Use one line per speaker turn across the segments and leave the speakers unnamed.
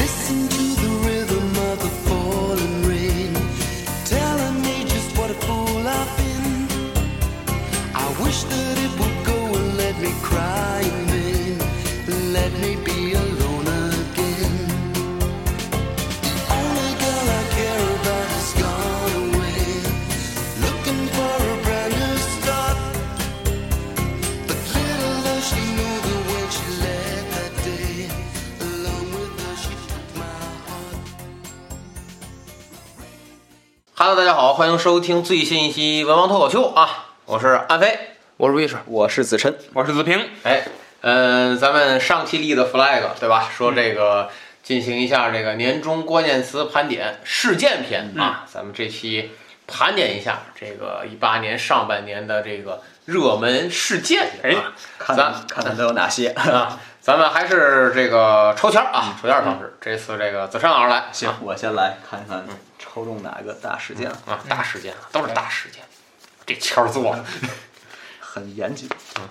Listen to the rhythm of the falling rain, telling me just what a fool I've been. I wish that it would go and let me cry in vain, let me be alone again. The only girl I care about has gone away, looking for a brand new start. But little does she know that when she left that day, along with her she took my heart.
Hello，大家好，欢迎收听最新一期《文王脱口秀》啊，我是安飞，
我是卫士，
我是子琛，
我是子平，
哎，嗯，咱们上期立的 flag 对吧？说这个进行一下这个年终关键词盘点事件篇啊，咱们这期盘点一下这个一八年上半年的这个热门事件
哎
啊，
看
咱
看看都有哪些。
啊， 咱们还是这个抽签儿啊，抽签儿方式。这次这个子山老师来，啊
行， 我先来看看
嗯
抽中哪个大事件了，
啊，大事件啊都是大事件，嗯这签儿做的
很严谨。
A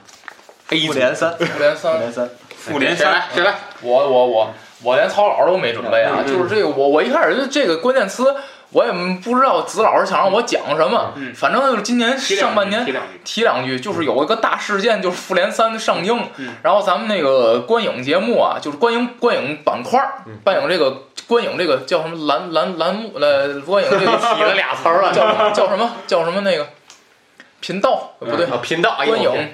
不
哎
组
连三，
五连
不
三
连三，
复联
谁
三
来谁来？
我我我我连曹老师都没准备啊，就是这个我我一开始就这个关键词我也不知道子老师想让我讲什么，
嗯
反正就是今年
提两
上
句
半年
提两句。
提两句，就是有一个大事件，就是《复联三》的上映，
嗯
然后咱们那个观影节目啊，就是观影观影板块儿，
嗯
观影这个观影这个叫什么栏栏栏目呃，观影这个
提了俩词儿 了，
叫什么啊叫什么叫什么那个频道呃
嗯
不对，
啊频道啊，
观
有
影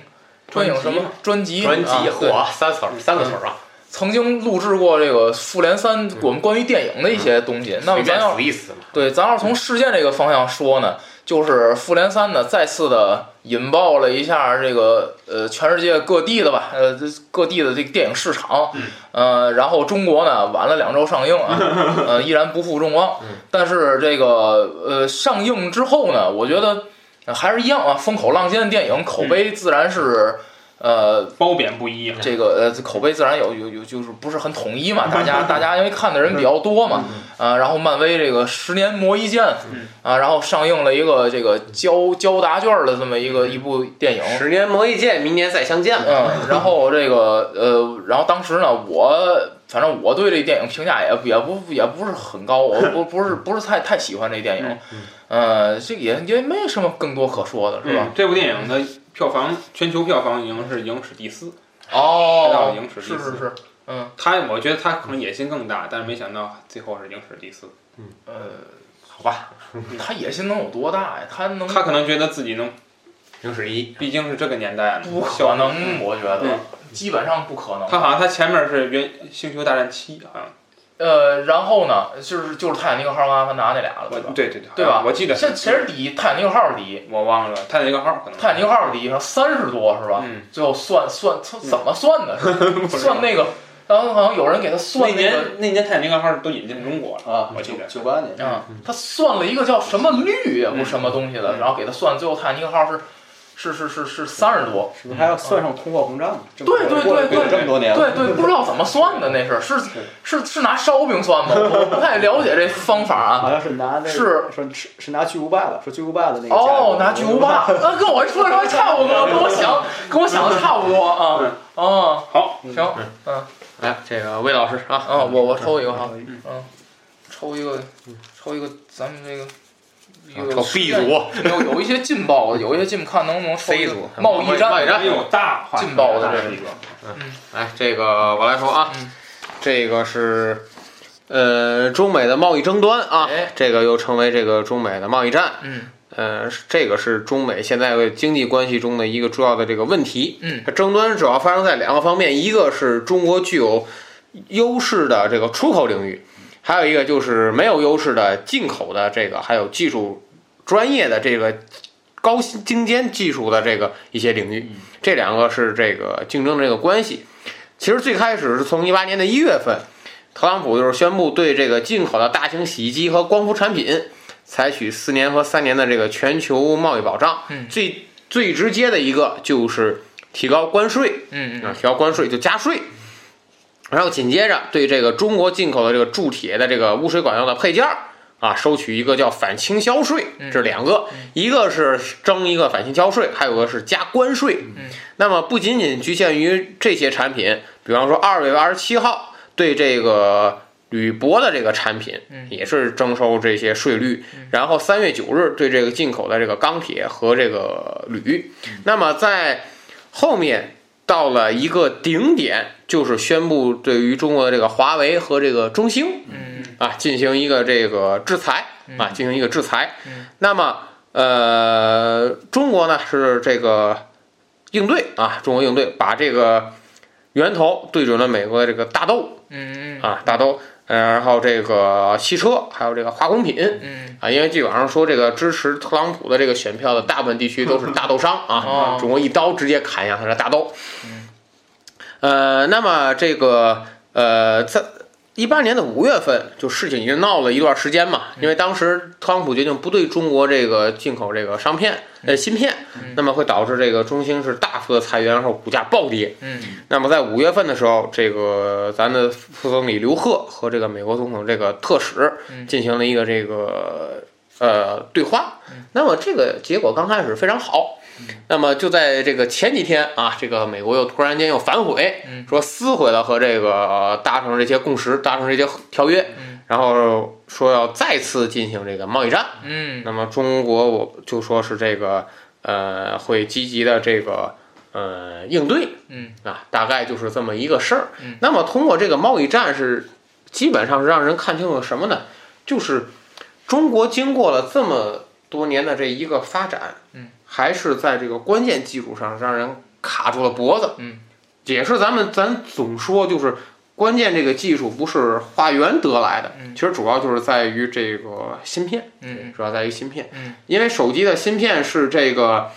观影什么专辑
专辑
啊对
火三词儿，三个词儿啊，
曾经录制过这个《复联三》我们关于电影的一些东西。
嗯
那么咱
嗯随便
要
死一死嘛。
对，咱要是从事件这个方向说呢，就是《复联三》呢再次的引爆了一下这个呃全世界各地的吧，呃这各地的这个电影市场，呃，然后中国呢晚了两周上映啊，呃依然不负众望，但是这个呃上映之后呢，我觉得呃还是一样啊，风口浪尖的电影口碑自然是。呃，
褒贬不一啊。
这个呃口碑自然有有有就是不是很统一嘛，大家大家因为看的人比较多嘛，啊，然后漫威这个十年磨一剑
嗯
啊，然后上映了一个这个交交答卷儿的这么一个
嗯
一部电
嗯
影。
十年磨一剑，明年再相见嘛。
嗯，然后这个呃，然后当时呢，我反正我对这电影评价也也不也不是很高，我不不是不是太太喜欢这电影，
嗯
呃，这也也没什么更多可说的，是吧？
嗯，这部电影的票房全球票房已经是影史第四，拍到
哦
了影，史
是
第
是
四
是，嗯
他我觉得他可能野心更大，但是没想到最后是影史第四。
呃，
好吧，
他野心能有多大呀？他能
他可能觉得自己能，
影史一，
毕竟是这个年代了，
不
效
可
率
能，我觉得
嗯
基本上不可能。
他好像他前面是原《星球大战七》，好像
呃，然后呢，就是就是泰坦尼克号跟阿凡达那俩了，对吧？
对对对
对吧
我记得
现谁是第一？泰坦尼克号第一，
我忘了，泰坦尼克号可能
泰坦尼克号第一，三十多是吧？
嗯，
最后算算他怎么算的？ 是 算那个，然后好像有人给他
那
算那个。
年那年泰坦尼克号都引进中国了，
啊，
我记得
九八年，
嗯
嗯啊，他算了一个叫什么率也不什么东西的，
嗯
然后给他算，最后泰坦尼克号是
是是是是
三十多，
是不是还要算上通货膨胀呢？这么
对对
过了
对对，
这么多年了，
对对，不知道怎么算的那是是是是拿烧饼算吗？我不太了解这方法啊。
好像是拿那个
是
说是是拿巨无霸的，说巨无霸的 那个价格
哦，拿巨无霸，那跟我说的还差不多，跟我想跟我想的差不多啊。哦，
好，
行，嗯
来，这个魏老师啊，
啊，我我抽一个哈，嗯，抽一个，抽一个，咱们这个。有
啊抽 B 组，
有有一些劲爆的，有一些劲，看能不能抽一
C
个
组
贸易战
贸
咱
易战，
有大话题
劲爆的
大
这
一个，
来，这个我来说啊，
嗯
这个是呃中美的贸易争端啊，
哎
这个又称为这个中美的贸易战。
嗯
呃，这个是中美现在的经济关系中的一个重要的这个问题。
嗯，
它争端主要发生在两个方面，一个是中国具有优势的这个出口领域，还有一个就是没有优势的进口的这个，还有技术专业的这个高新精尖技术的这个一些领
嗯
域。这两个是这个竞争的这个关系。其实最开始是从一八年的一月份，特朗普就是宣布对这个进口的大型洗衣机和光伏产品采取四年和三年的这个全球贸易保障。
嗯
最最直接的一个就是提高关税
嗯
啊，
嗯
提高关税就加税。然后紧接着对这个中国进口的这个铸铁的这个污水管道的配件儿啊，收取一个叫反倾销税，
嗯
这是两个，一个是征一个反倾销税，还有个是加关税。
嗯
那么不仅仅局限于这些产品，比方说二月二十七号对这个铝箔的这个产品
嗯
也是征收这些税率，然后三月九日对这个进口的这个钢铁和这个铝，
嗯
那么在后面到了一个顶点，就是宣布对于中国的这个华为和这个中兴
嗯
啊，进行一个这个制裁啊，进行一个制裁。那么呃，中国呢是这个应对啊，中国应对把这个源头对准了美国的这个大豆
嗯
啊，大豆，呃，然后这个汽车，还有这个化工品。
嗯
啊，因为据网上说，这个支持特朗普的这个选票的大部分地区都是大豆商啊
哦，
中国一刀直接砍下他的大豆。呃，那么这个呃，在一八年的五月份，就事情已经闹了一段时间嘛，因为当时特朗普决定不对中国这个进口这个商片呃芯片，那么会导致这个中兴是大幅的裁员，然后股价暴跌。
嗯
那么在五月份的时候，这个咱的副总理刘鹤和这个美国总统这个特使
嗯
进行了一个这个呃对话。
嗯
那么这个结果刚开始非常好。那么就在这个前几天啊，这个美国又突然间又反悔
嗯，
说撕毁了和这个呃达成这些共识、达成这些条约
嗯，
然后说要再次进行这个贸易战。
嗯
那么中国我就说是这个呃会积极的这个呃应对，
嗯
啊，大概就是这么一个事儿。
嗯
那么通过这个贸易战是，基本上是让人看清楚什么呢？就是中国经过了这么多年的这一个发展，
嗯，
还是在这个关键基础上让人卡住了脖子，
嗯，
也是咱们咱总说就是。关键这个技术不是化缘得来的，
嗯
其实主要就是在于这个芯片，
嗯
主要在于芯片，
嗯
因为手机的芯片是这个，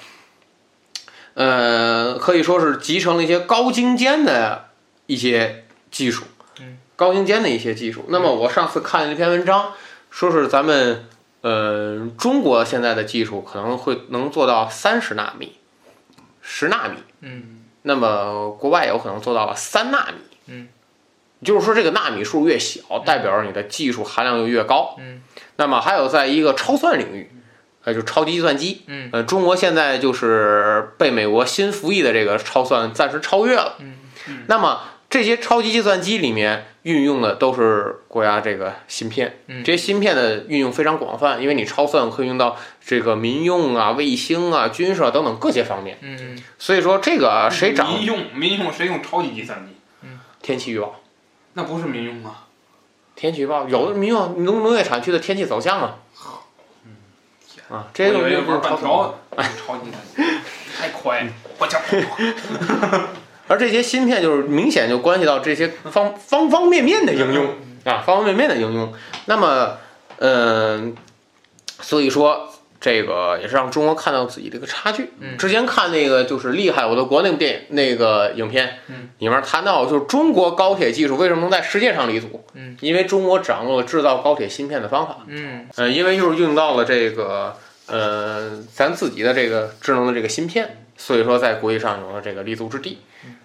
呃，可以说是集成了一些高精尖的一些技术，
嗯，
高精尖的一些技术。那么我上次看了一篇文章，说是咱们呃中国现在的技术可能会能做到三十纳米、十纳米，
嗯
那么国外有可能做到了三纳米，
嗯，
就是说这个纳米数越小，代表着你的技术含量就越高，
嗯
那么还有在一个超算领域，呃，就超级计算机，
嗯
呃，中国现在就是被美国新服役的这个超算暂时超越了。
嗯
那么这些超级计算机里面运用的都是国家这个芯片，
嗯
这些芯片的运用非常广泛，因为你超算可以用到这个民用啊、卫星啊、军事啊等等各些方面。
嗯
所以说这个谁掌
民用民用谁用超级计算机？
天气预报？
那不是民用啊，
天气预报有的民用农农业产区的天气走向啊。啊，这
我以
些东西
为
就
玩
是
半
超算。
条超级计算机，太快了，我 操！
而这些芯片就是明显就关系到这些方方方面面的应用
嗯
啊，方方面面的应用。那么，嗯、所以说这个也是让中国看到自己这个差距。
嗯
之前看那个就是厉害我的国内电影那个影片，
嗯
里面谈到就是中国高铁技术为什么能在世界上立足？
嗯，
因为中国掌握了制造高铁芯片的方法。
嗯
呃，因为就是用到了这个呃，咱自己的这个智能的这个芯片，所以说在国际上有了这个立足之地。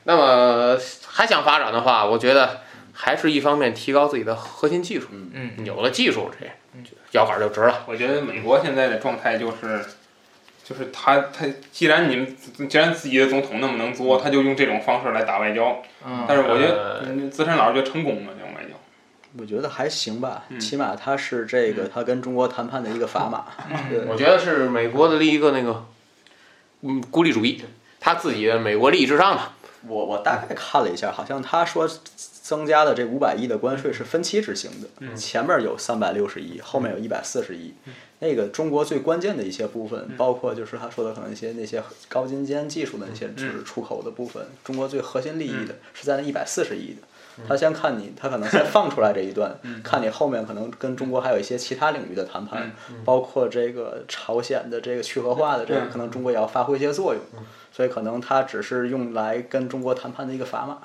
那么还想发展的话，我觉得还是一方面提高自己的核心技术，
嗯，
有了技术，这腰杆儿就直了。
我觉得美国现在的状态就是，就是他他既然你们既然自己的总统那么能作，他就用这种方式来打外交。
嗯
但是我觉得
呃
嗯资深老师觉得成功了这种外交。
我觉得还行吧，
嗯
起码他是这
嗯
个他跟中国谈判的一个砝码。对
我觉得是美国的一个那个，嗯，孤立主义，他自己的美国利益至上嘛。
我我大概看了一下，好像他说增加的这五百亿的关税是分期执行的，前面有三百六十亿，后面有一百四十亿。那个中国最关键的一些部分，包括就是他说的可能一些那些高精尖技术的那些就是出口的部分，中国最核心利益的是在那一百四十亿的。他先看你，他可能先放出来这一段，看你后面可能跟中国还有一些其他领域的谈判，包括这个朝鲜的这个去核化的这个，可能中国也要发挥一些作用。所以可能它只是用来跟中国谈判的一个砝码。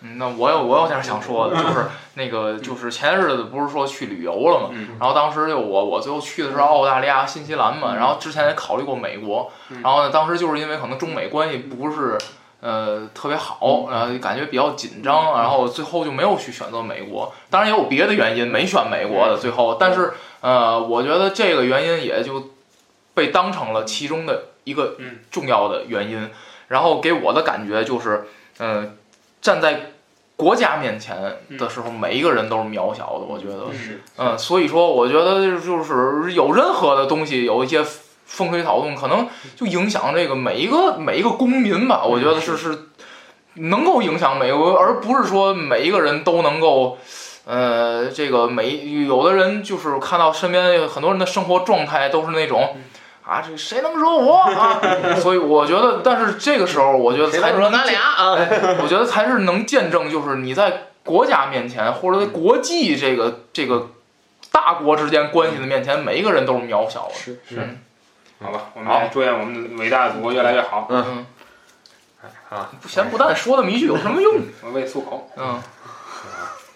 嗯那我有我有点想说的，就是那个就是前日子不是说去旅游了嘛，然后当时就我我最后去的是澳大利亚、新西兰嘛，然后之前也考虑过美国，然后呢当时就是因为可能中美关系不是呃特别好，然后感觉比较紧张，然后最后就没有去选择美国，当然也有别的原因没选美国的最后，但是呃我觉得这个原因也就被当成了其中的一个
嗯
重要的原因，然后给我的感觉就是嗯、呃站在国家面前的时候，每一个人都是渺小的，我觉得，
是
嗯，所以说，我觉得就是有任何的东西，有一些风吹草动，可能就影响这个每一个每一个公民吧，我觉得
嗯
是是能够影响每个，而不是说每一个人都能够。呃，这个每有的人就是看到身边很多人的生活状态都是那
嗯
种，啊，这谁能惹我啊？ 所以我觉得，但是这个时候，我觉得
谁
才
能
能
说咱俩啊？
我觉得才是能见证，就是你在国家面前，或者在国际这个这个大国之间关系的面前，每一个人都是渺小的。
是
是，
嗯好吧，我们
好
来祝愿我们的伟大祖国越来越好。
嗯，
啊，
不咸不淡说那么一句有什么用？
我为漱口。
嗯，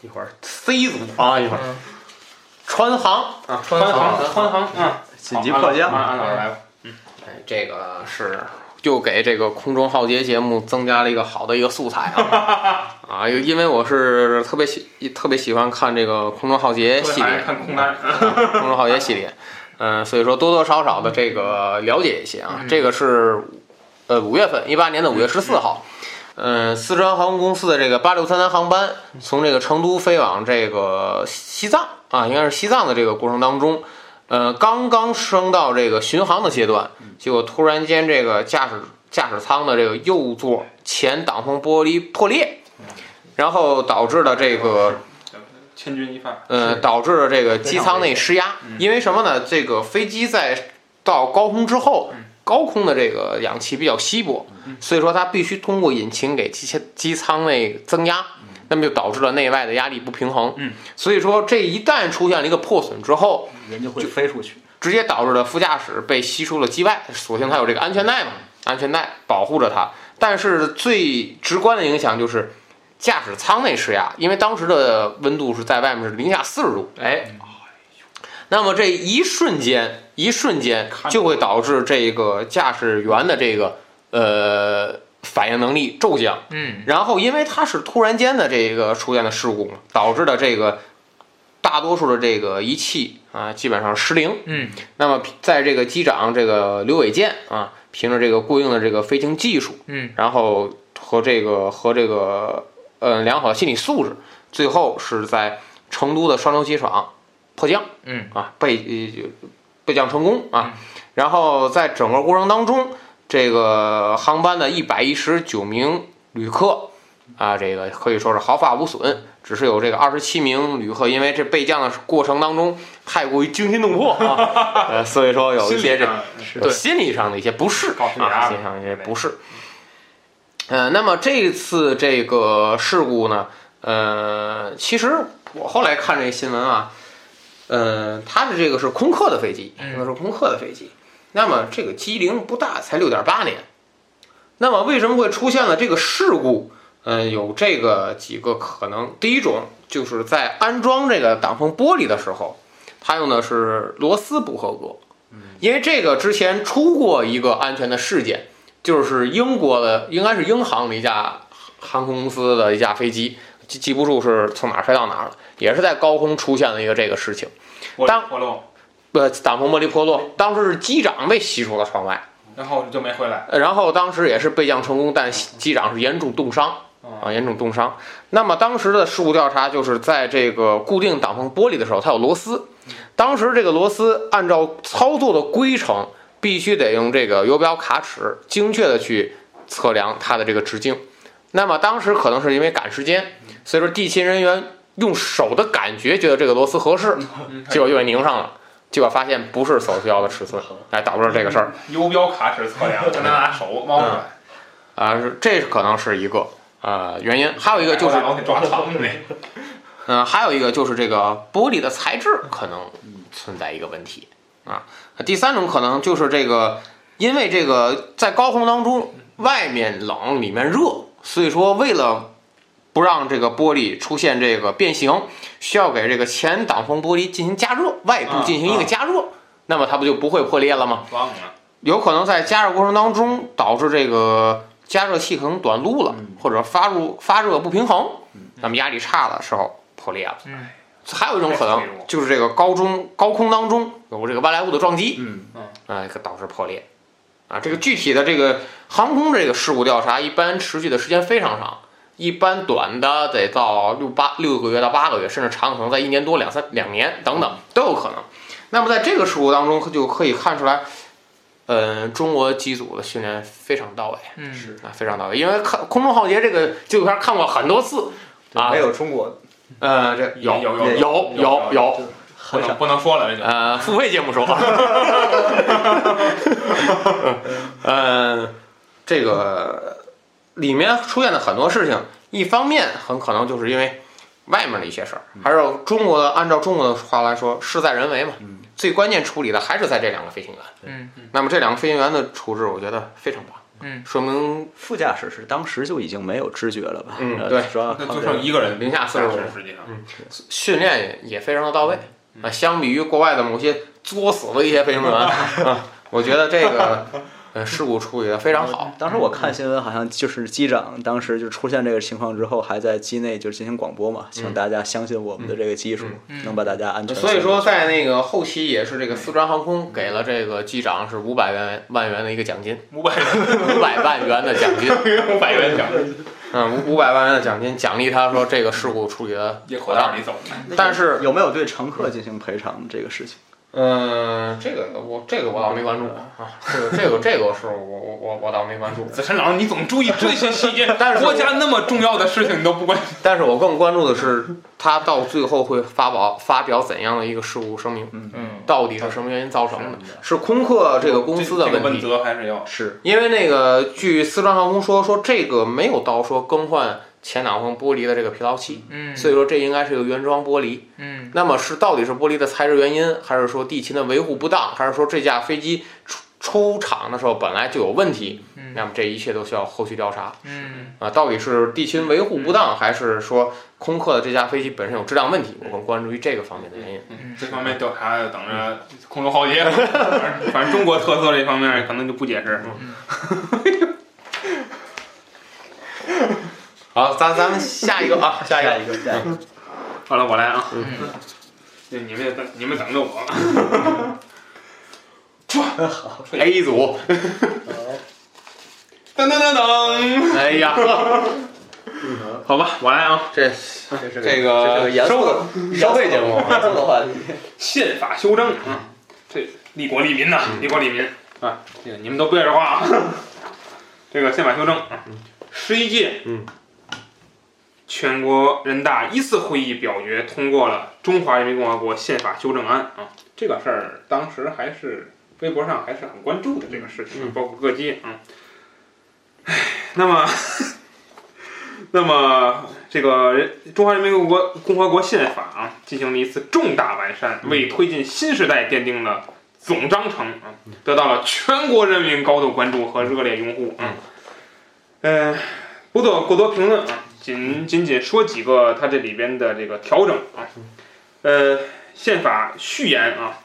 一会儿 C 组啊，一会儿
嗯
川航啊，
川
航，
航
川航，嗯，
紧急迫降
好。安老安安老师来吧。
哎，这个是又给这个空中浩劫节目增加了一个好的一个素材啊啊，因为我是特别喜特别喜欢看这个空中浩劫系
还
列
是，看空单。
公众号也系列，嗯、所以说多多少少的这个了解一些啊。这个是呃五月份，一八年的五月十四号，嗯、四川航空公司的这个八六三三航班从这个成都飞往这个西藏啊，应该是西藏的这个过程当中，呃，刚刚升到这个巡航的阶段，结果突然间这个驾驶驾驶舱的这个右座前挡风玻璃破裂，然后导致了这个
千钧一发。
呃，导致了这个机舱内失压，因为什么呢？这个飞机在到高空之后，高空的这个氧气比较稀薄，所以说它必须通过引擎给机舱机舱内增压，那么就导致了内外的压力不平衡。
嗯，
所以说这一旦出现了一个破损之后，
人就会飞出去。
直接导致了副驾驶被吸出了机外，所幸它有这个安全带嘛，安全带保护着它。但是最直观的影响就是驾驶舱内失压，因为当时的温度是在外面是零下四十度，哎，那么这一瞬间，一瞬间就会导致这个驾驶员的这个呃反应能力骤降。
嗯，
然后因为它是突然间的这个出现的事故嘛，导致的这个大多数的这个仪器啊，基本上失灵。
嗯，
那么在这个机长这个刘伟健啊，凭着这个过硬的这个飞行技术，
嗯，
然后和这个和这个呃良好的心理素质，最后是在成都的双流机场迫降，
嗯
啊被呃备降成功啊。然后在整个过程当中，这个航班的一百一十九名旅客啊，这个可以说是毫发无损，只是有这个二十七名旅客因为这备降的过程当中太过于惊心动魄啊， 呃，所以说有一些这
心理上
嗯有心理上的一些不适
高血压
啊，心理上的一些不适。呃，那么这次这个事故呢，呃，其实我后来看这新闻啊，呃，它的这个是空客的飞机，
嗯
那是空客的飞机。那么这个机龄不大，才六点八年。那么为什么会出现了这个事故？嗯、有这个几个可能。第一种就是在安装这个挡风玻璃的时候，它用的是螺丝不合格。因为这个之前出过一个安全的事件，就是英国的，应该是英航的一架航空公司的一架飞机，记记不住是从哪儿飞到哪儿了，也是在高空出现了一个这个事情。当
活动，
呃，挡风玻璃破落，当时是机长被吸出了窗外，
然后就没回来。
呃然后当时也是备降成功，但机长是严重冻伤。
啊
啊，严重冻伤。那么当时的事故调查就是在这个固定挡风玻璃的时候，它有螺丝，当时这个螺丝按照操作的规程，必须得用这个游标卡尺精确的去测量它的这个直径。那么当时可能是因为赶时间，所以说地勤人员用手的感觉觉得这个螺丝合适，
嗯
结果就给拧上了，结果发现不是所需要的尺寸，哎，导致了这个事儿。
游标卡尺测 量，只能拿手猫出来。
啊、是这可能是一个呃原因，还有一个就是
我哎老得抓汤的那个。
嗯，还有一个就是这个玻璃的材质可能存在一个问题啊。第三种可能就是这个，因为这个在高空当中，外面冷里面热，所以说为了不让这个玻璃出现这个变形，需要给这个前挡风玻璃进行加热，外部进行一个加热，那么它不就不会破裂了吗？
忘了，
有可能在加热过程当中导致这个加热器可能短路了，或者发入发热不平衡，那么压力差的时候破裂了。
嗯
还有一种可能
太脆弱
就是这个高中高空当中有这个外来物的撞击，
嗯，
啊、导致破裂。啊，这个具体的这个航空这个事故调查一般持续的时间非常长，一般短的得到六八六个月到八个月，甚至长的可能在一年多两三两年等等都有可能。那么在这个事故当中，就可以看出来，呃，中国机组的训练非常到位
嗯，是
啊，非常到位。因为看《空中浩劫》这个纪录片看过很多次啊，
没有中国
呃，这有
有有
有
有
有
有
有
不能不能说了，这就
呃，付费节目说。嗯呃，这个里面出现的很多事情，一方面很可能就是因为外面的一些事儿，还有中国的按照中国的话来说，事在人为嘛。最关键处理的还是在这两个飞行员。
嗯，
那么这两个飞行员的处置，我觉得非常棒。
嗯，
说明
副驾驶是当时就已经没有知觉了吧？
嗯
呃
对
主要
那
靠
就
这
剩
个
一个人
零下四十嗯
驾
度
驶，实际上
训练也非常的到位啊。相比于国外的某些作死的一些飞行员啊，我觉得这个呃事故处理的非常好。
当时我看新闻，好像就是机长当时就出现这个情况之后，还在机内就进行广播嘛，请大家相信我们的这个技术，能把大家安全。
所以说，，在那个后期也是这个四川航空给了这个机长是五百元万元的一个奖金，
五百
五百万元的奖金，
五百元奖
嗯，五百万元的奖金奖励他说这个事故处理的
也
妥
火道
当。
里走。
但是，
有没有对乘客进行赔偿这个事情？
嗯、这个我这个我倒没关注啊，这个这个这个是我我我我倒没关注。
子辰老师，你总注意这些细节，
但是我
国家那么重要的事情你都不关心，
但是我更关注的是，他到最后会发表发表怎样的一个事故声明？
嗯，
到底是什么原因造成的？是空客这个公司的
这这个问
问题，
责还是要
是，
因为那个据四川航空说，说这个没有到说更换前挡风玻璃的这个疲劳器，
嗯，
所以说这应该是个原装玻璃。
嗯，
那么是到底是玻璃的材质原因，还是说地勤的维护不当，还是说这架飞机出出厂的时候本来就有问题？
嗯
那么这一切都需要后续调查。
嗯，
啊，到底是地勤维护不当，还是说空客的这架飞机本身有质量问题？我更关注于这个方面的原因。
嗯这方面调查就等着空中浩 劫，反正反正中国特色这方面可能就不解释。
好，咱咱们下一个啊， 下一
下
个
一个，下一个，
好了，我来啊，
嗯
对你们也等你们等着我。
A 组，
噔噔噔噔，
哎呀，
好吧，我来啊。
这
这是
这个
这是呃严肃的
收费节目啊
严肃的话题。
宪法修正啊，这利国利民呐、
嗯
利国利民啊，这个你们都对着话啊。 这个宪法修正啊，十一届
嗯
全国人大一次会议表决通过了《中华人民共和国宪法修正案》啊，这个事儿当时还是微博上还是很关注的这个事情，
嗯
包括各界啊。唉，那么。 那么，这个人中华人民共和国共和国宪法啊，进行了一次重大完善，为推进新时代奠定了总章程啊，得到了全国人民高度关注和热烈拥护啊。嗯、呃，不做过多评论啊，仅仅仅说几个它这里边的这个调整啊。呃，宪法序言啊，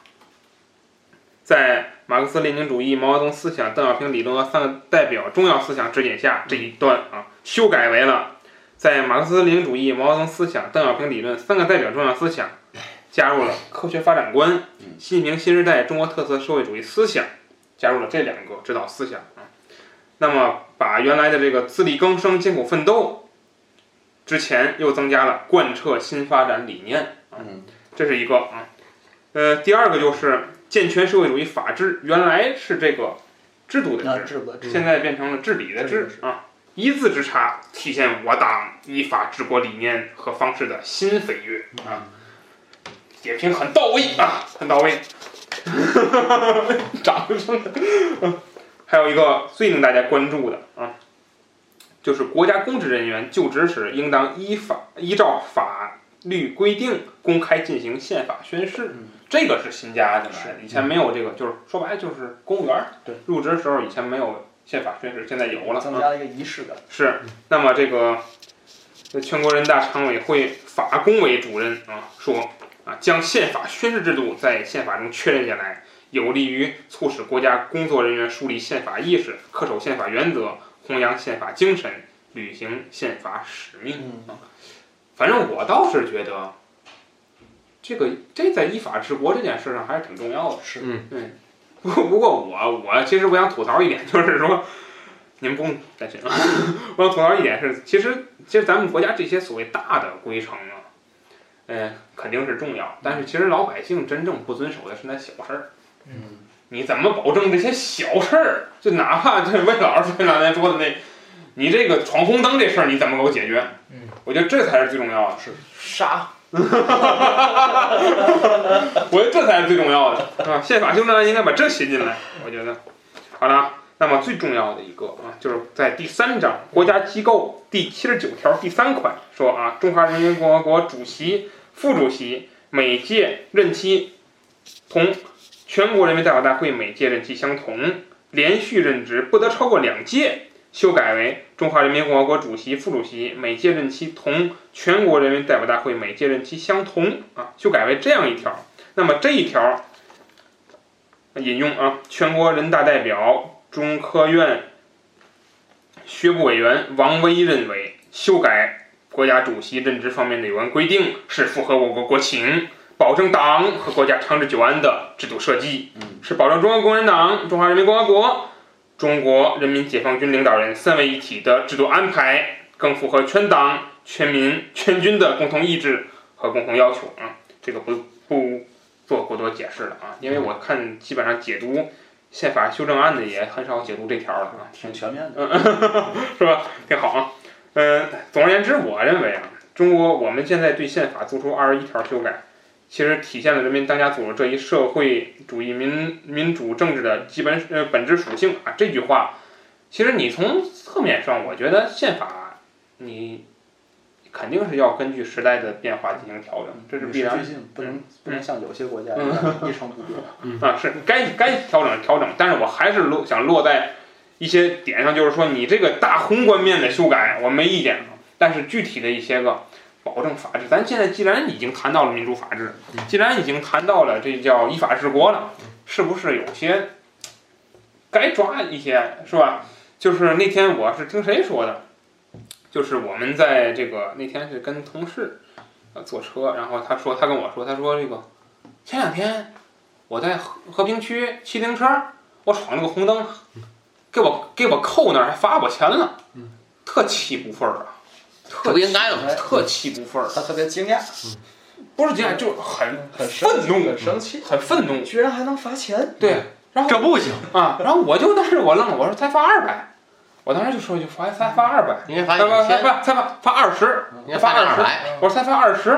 在马克思列宁主义、毛泽东思想、邓小平理论和三个代表重要思想指引下这一段啊，修改为了在马克思列宁主义、毛泽东思想、邓小平理论三个代表重要思想加入了科学发展观、习近平新时代中国特色社会主义思想，加入了这两个指导思想啊。那么把原来的这个自力更生、艰苦奋斗之前又增加了贯彻新发展理念啊，这是一个啊。呃，第二个就是健全社会主义法治，原来是这个制度的
那
制，
治不治
现在变成了治理的
嗯治理
治
的治
啊。一字之差，体现我党依法治国理念和方式的新飞跃
嗯
啊！点评很到位啊，很到位， 掌声。 还有一个最令大家关注的啊，就是国家公职人员就职时应当依法依照法律规定公开进行宪法宣誓，
嗯
这个是新加进来的，以前没有这个，就是说白了就是公务员儿
对
入职的时候以前没有宪法宣誓，现在有了，
增
啊
加了一个仪式感。
是，那么这个呃全国人大常委会法工委主任啊说啊，将宪法宣誓制度在宪法中确认下来，有利于促使国家工作人员树立宪法意识，恪守宪法原则，弘扬宪法精神，履行宪法使命。
嗯
反正我倒是觉得，这个这在依法治国这件事上还是挺重要的。
是
嗯，
对。不过不过我我其实我想吐槽一点，就是说，你们不用担心啊。 我想吐槽一点是，其实其实咱们国家这些所谓大的规程啊，嗯、肯定是重要，但是其实老百姓真正不遵守的是那小事儿。
嗯，
你怎么保证这些小事儿？就哪怕这魏老师刚才说的那，你这个闯红灯这事儿，你怎么给我解决？
嗯，
我觉得这才是最重要的。
杀，
我觉得这才是最重要的啊！宪法修正案应该把这写进来，我觉得。好了啊，那么最重要的一个啊，就是在第三章《国家机构》第七十九条第三款说啊，中华人民共和国主席、副主席每届任期同全国人民代表大会每届任期相同，连续任职不得超过两届。修改为中华人民共和国主席、副主席每届任期同全国人民代表大会每届任期相同啊，修改为这样一条。那么这一条引用啊，全国人大代表、中科院学部委员王威认为，修改国家主席任职方面的有关规定是符合我国国情，保证党和国家长治久安的制度设计，是保证中国共产党、中华人民共和国、中国人民解放军领导人三位一体的制度安排，更符合全党、全民、全军的共同意志和共同要求啊。这个不不做过多解释了啊，因为我看基本上解读宪法修正案的也很少解读这条了啊。
挺全面的。
是吧？挺好啊。嗯，总而言之，我认为啊，中国我们现在对宪法做出二十一条修改，其实体现了人民当家作主这一社会主义民民主政治的基本呃本质属性啊。这句话，其实你从侧面上，我觉得宪法你肯定是要根据时代的变化进行调整，这是必然的
嗯与时俱进，不能不能像有些国家一样一成不变。
啊，是该该调整调整，但是我还是落想落在一些点上，就是说你这个大宏观面的修改我没意见啊，但是具体的一些个保证法治，咱现在既然已经谈到了民主法治，既然已经谈到了这叫依法治国了，是不是有些该抓一些是吧？就是那天我是听谁说的，就是我们在这个那天是跟同事呃坐车，然后他说他跟我说，他说这个前两天。我在和和平区骑自行车，我闯了个红灯，给我给我扣那儿，还罚我钱了，
嗯
特气不忿儿啊，
这
特
不应该的吗？
特气不忿儿，
他特别惊讶，
嗯
不是这样，就是很
很生
愤
气，
怒
很，生气，
很愤怒，
居然还能罚钱。
对，然后
嗯这不行，
啊，然后我就当时我愣了，我说才罚二百，我当时就说就罚才罚二百，
应该罚
才
你
罚才
千，
罚才罚罚二十，
应该罚你二百。
我说才罚二十，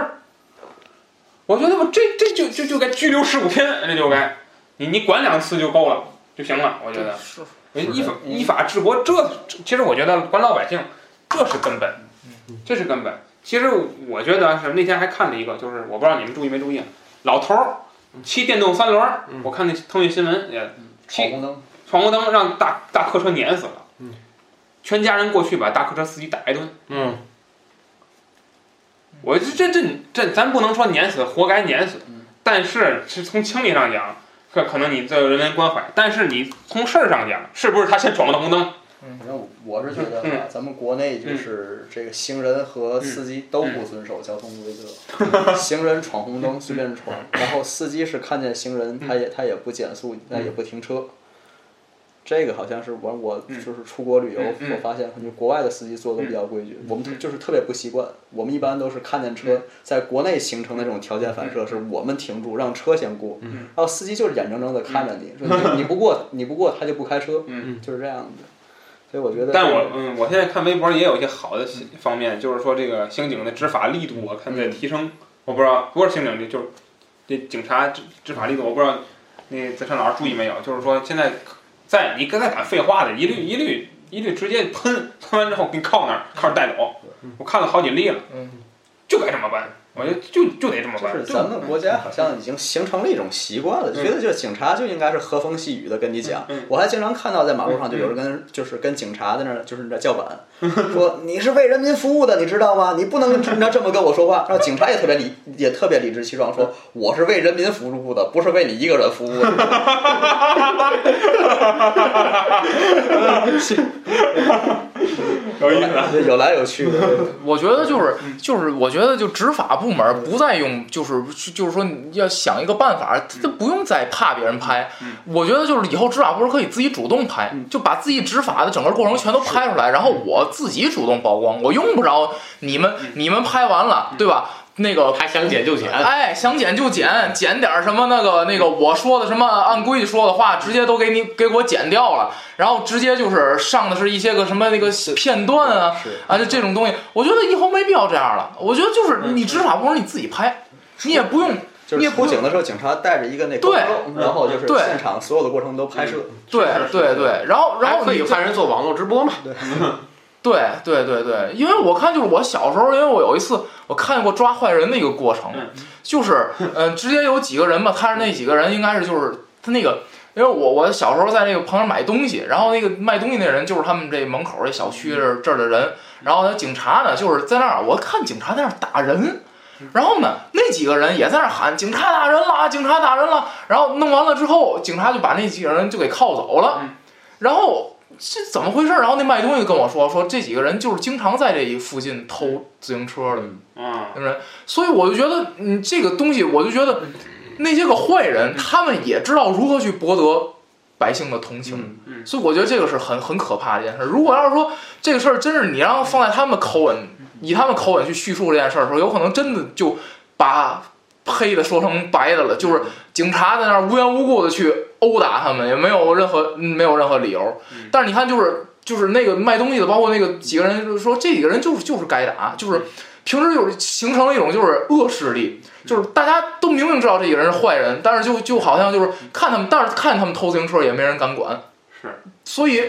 我觉得我这这就就就该拘留十五天，这就该，你你管两次就够了就行了，我觉得。
是
依法依法治国，这这其实我觉得管老百姓，这是根本，这是根本。其实我觉得是那天还看了一个，就是我不知道你们注意没注意，老头儿骑电动三轮儿，我看那腾讯新闻也
闯
骑
红灯，
闯红灯让大大客车碾死了，全家人过去把大客车司机打一顿。
嗯，
我这这这这，咱不能说碾死，活该碾死
嗯，
但是是从情理上讲，可可能你对人文关怀，但是你从事儿上讲，是不是他先闯了红灯？
反正我是觉得
嗯嗯
吧，咱们国内就是这个行人和司机都不遵守交通规则， 行人闯红灯随便闯，
嗯
然后司机是看见行人他也他也不减速，那
嗯
也不停车。这个好像是我我就是出国旅游，
嗯
我发现就国外的司机做的比较规矩，我们特就是特别不习惯。我们一般都是看见
嗯
车，在国内形成的这种条件反射，是我们停住让车先过，
嗯
然后司机就是眼睁睁的看着你，说你你不过你不过他就不开车，
嗯
就是这样的。所以我觉得，
但我嗯，我现在看微博也有一些好的方面，就是说这个刑警的执法力度，我看在提升。我不知道不是刑警，就是这警察执执法力度，我不知道那子晨老师注意没有？就是说现在在你跟他敢废话的，一律一律一律直接喷，喷完之后给你铐那儿，铐着带走。我看了好几例了，
嗯，
就该这么办，我觉得就就得这么
就是
办。
咱们国家好像已经形成了一种习惯
嗯
了，就觉得这警察就应该是和风细雨的跟你讲
嗯嗯。
我还经常看到在马路上
嗯
就有人跟就是跟警察在那儿就是那叫板，说你是为人民服务的，你知道吗？你不能那这么跟我说话。然后警察也特别理也特别理直气壮说
嗯
我是为人民服务的，不是为你一个人服 务的。
有意思啊。
有来有去 的，
我觉得就是就是，我觉得就执法部门不再用，就是就是说你要想一个办法，这不用再怕别人拍。我觉得就是以后执法部门可以自己主动拍，就把自己执法的整个过程全都拍出来，然后我自己主动曝光，我用不着你们你们拍完了，对吧？那个
还想减就减，
哎，想减就减，减点儿什么那个那个我说的什么按规矩说的话，直接都给你给我剪掉了，然后直接就是上的是一些个什么那个片段啊
是
啊，就这种东西，我觉得以后没必要这样了。我觉得就是你执法部门你自己拍，你也不用
就
你也
是
不
出
用
警的时候，警察带着一个那
对
GoPro，然后就是
对
现场所有的过程都拍摄。
对对对，然后然
还
后
可
你
以
就
派人做网络直播嘛。
对对对对，因为我看就是我小时候，因为我有一次我看过抓坏人的一个过程，就是嗯、呃直接有几个人吧，他是那几个人应该是就是他那个，因为我我小时候在那个旁边买东西，然后那个卖东西那人就是他们这门口这小区这儿这儿的人，然后呢警察呢就是在那儿，我看警察在那儿打人。然后呢，那几个人也在那儿喊“警察打人了，警察打人了”，然后弄完了之后，警察就把那几个人就给铐走了。然后这怎么回事儿？然后那卖东西跟我说，说这几个人就是经常在这一附近偷自行车的，
嗯
那人。所以我就觉得，嗯，这个东西，我就觉得那些个坏
嗯
人，他们也知道如何去博得百姓的同情。
嗯嗯
所以我觉得这个是很很可怕的一件事。如果要是说这个事儿真是你让放在他们口吻，
嗯
以他们口吻去叙述这件事儿的时候，有可能真的就把黑的说成白的了，
嗯
就是警察在那儿无缘无故的去殴打他们，也没有任何嗯没有任何理由
嗯。
但是你看，就是就是那个卖东西的，包括那个几个人，就是说这几个人就是就是该打，
嗯
就是平时就是形成了一种就是恶势力，
嗯
就是大家都明明知道这几个人是坏人，但是就就好像就是
嗯
看他们，但是看见他们偷自行车也没人敢管。
是，
所以。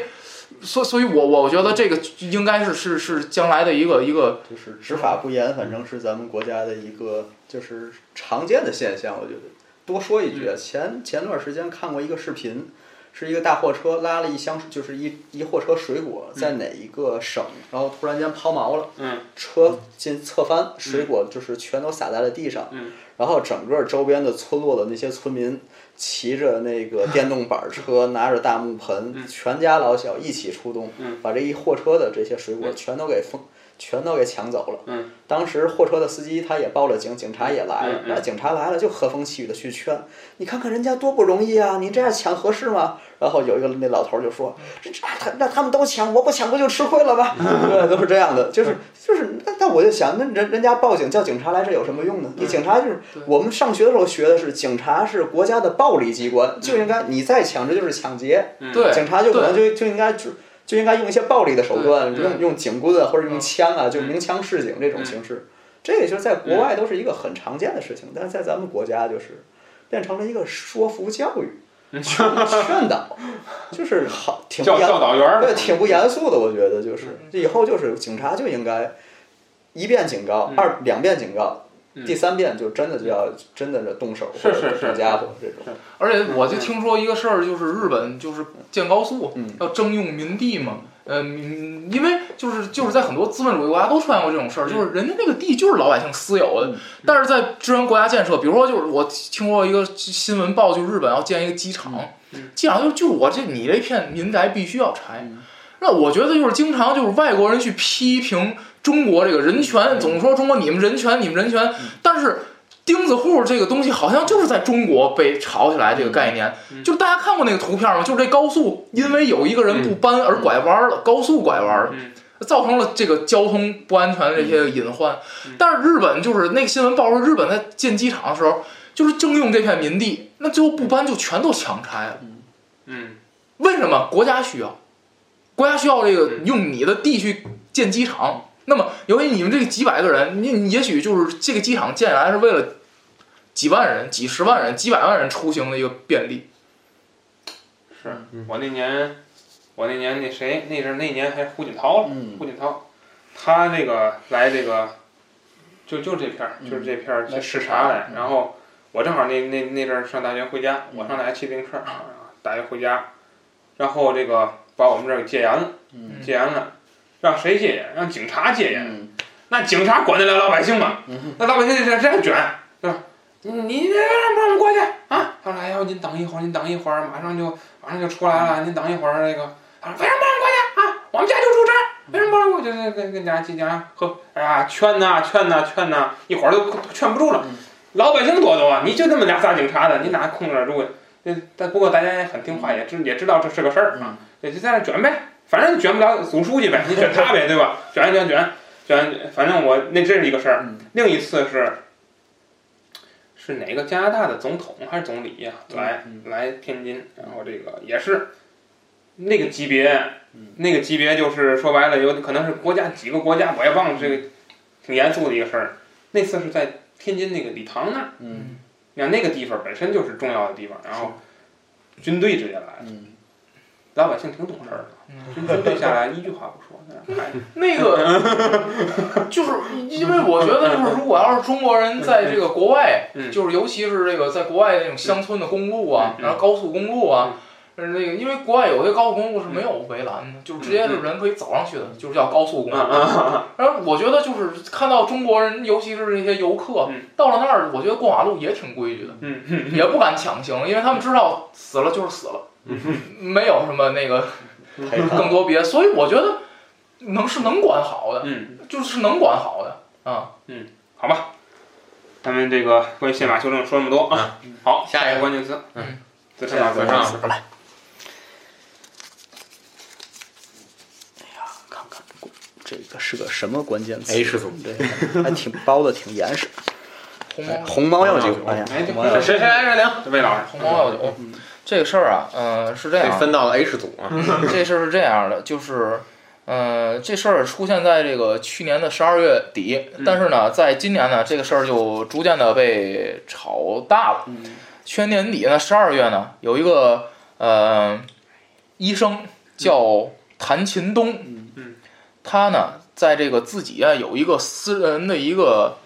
所所以我，我我觉得这个应该是是是将来的一个一个
就是执法不严，反正是咱们国家的一个就是常见的现象。我觉得多说一
嗯
句啊，前前段时间看过一个视频，是一个大货车拉了一箱，就是一一货车水果在哪一个省，然后突然间抛锚了，
嗯，
车进侧翻，水果就是全都洒在了地上，
嗯，
然后整个周边的村落的那些村民骑着那个电动板车，拿着大木盆，全家老小一起出动，
嗯
把这一货车的这些水果全都给封，全都给抢走了。
嗯
当时货车的司机他也报了警，警察也来了
嗯。嗯
那警察来了就和风细雨的去劝，你看看人家多不容易啊，你这样抢合适吗？然后有一个那老头就说，这这他那他们都抢，我不抢不就吃亏了吗？对，都是这样
嗯
的，就是就是，那那我就想，那人人家报警叫警察来，这有什么用呢？
嗯
你警察就是我们上学的时候学的是，警察是国家的暴力机关，就应该
嗯
你再抢这就是抢劫，
对
警察就可能就就应该就就应该用一些暴力的手段，
对
嗯
对
用用警棍啊或者用枪啊，就鸣枪示警这种形式。这个就是在
嗯
国外都是一个很常见的事情，但是在咱们国家就是变成了一个说服教育、 劝劝导，就是好挺不
教
严
教导员儿嗯
对，挺不严肃的，我觉得就是以后就是警察就应该一遍警告，
嗯
二两遍警告。第三遍就真的就要真的就动手，
是是
或者
是
动家伙这种，
而且我就听说一个事儿，就是日本就是建高速
嗯
要征用民地嘛，嗯，因为就是就是在很多资本主义国家都出现过这种事儿，就是人家那个地就是老百姓私有的，但是在支援国家建设，比如说就是我听说一个新闻报，就日本要建一个机场，机场就就是我这你这片民宅必须要拆。那我觉得就是经常就是外国人去批评中国这个人权，总说中国你们人权你们人权，但是钉子户这个东西好像就是在中国被炒起来这个概念，
嗯
就是大家看过那个图片吗？就是这高速因为有一个人不搬而拐弯了，高速拐弯了。
嗯
造成了这个交通不安全的这些隐
嗯
患，但是日本就是那个新闻报说，日本在建机场的时候，就是征用这片民地，那最后不搬就全都强拆了。
嗯
为什么国家需要？国家需要这个用你的地去建机场。那么，由于你们这几百个人，你你也许就是这个机场建来是为了几万人、几十万人、几百万人出行的一个便利。
是我那年，我那年那谁，那是那年还是胡锦涛了，
嗯
胡锦涛，他这个来这个，就就这片儿，就是这片儿去视察来，然后我正好那那那阵儿上大学回家，我上大学骑自行车， 大学回家，然后这个把我们这儿给戒严了，
嗯
戒严了，让谁戒严？让警察戒严。
嗯
那警察管得了老百姓吗？那老百姓这这样卷，对吧？你这让不让我们过去啊？他说：“哎呦，您等一会儿，您等一会儿，马上就马上就出来了，您等一会儿。”那个他说：“为什么不让我们过去啊？我们家就住这儿，为什么不让我就跟跟跟家进家喝？哎呀，劝呐、劝呐、劝呐、一会儿都劝不住了。老百姓多多啊，你就那么俩仨警察的，你哪控制得住呀？那但不过大家也很听话，也知也知道这是个事儿啊，也就在那卷呗，反正卷不了总书记呗，你卷他呗，对吧？卷卷卷。”反反正我那这是一个事儿，
嗯
另一次是是哪个加拿大的总统还是总理呀、啊来、来天津，然后这个也是那个级别，那个级别就是说白了有可能是国家几个国家我也忘了这个挺严肃的一个事儿。那次是在天津那个礼堂那儿，
嗯
你看那个地方本身就是重要的地方，然后军队直接来了，
嗯
老百姓挺懂事儿的，军军队下来一句话不说，在那儿看着
嗯那 个就是因为我觉得，就是如果要是中国人在这个国外，
嗯
就是尤其是这个在国外那种乡村的公路
嗯
啊，
嗯嗯
然后高速公路啊，呃那个因为国外有些高速公路是没有围栏的，就是直接
嗯
是人可以走上去的，就是叫高速公路。然后我觉得就是看到中国人，尤其是这些游客
嗯
到了那儿，我觉得过马路也挺规矩的，
嗯嗯
也不敢抢行，因为他们知道死了就是死了，没有什么那个
陪看
更多别，所以我觉得能是能管好的。
嗯。
就是能管好的啊。
好吧，咱们这个关于宪法修正说那么多啊。好，下一个关键词，
嗯，
资产保
马
障。
上来，
看看这个是个什么关键词？
哎是总
对，
嗯
还挺包的，挺严实。
红包
红猫药酒，哎呀，
哎，这
红猫药酒，
谁谁来着梁？
这魏老师，
红包要酒，这个事儿啊，嗯、是这
被
样的，
分到了 H 组啊，
这事儿是这样的，就是。嗯，这事儿出现在这个去年的十二月底，
嗯
但是呢，在今年呢，这个事儿就逐渐的被炒大了。
嗯
去年年底呢，十二月呢，有一个呃医生叫谭勤东，
嗯
他呢在这个自己啊有一个私人的一个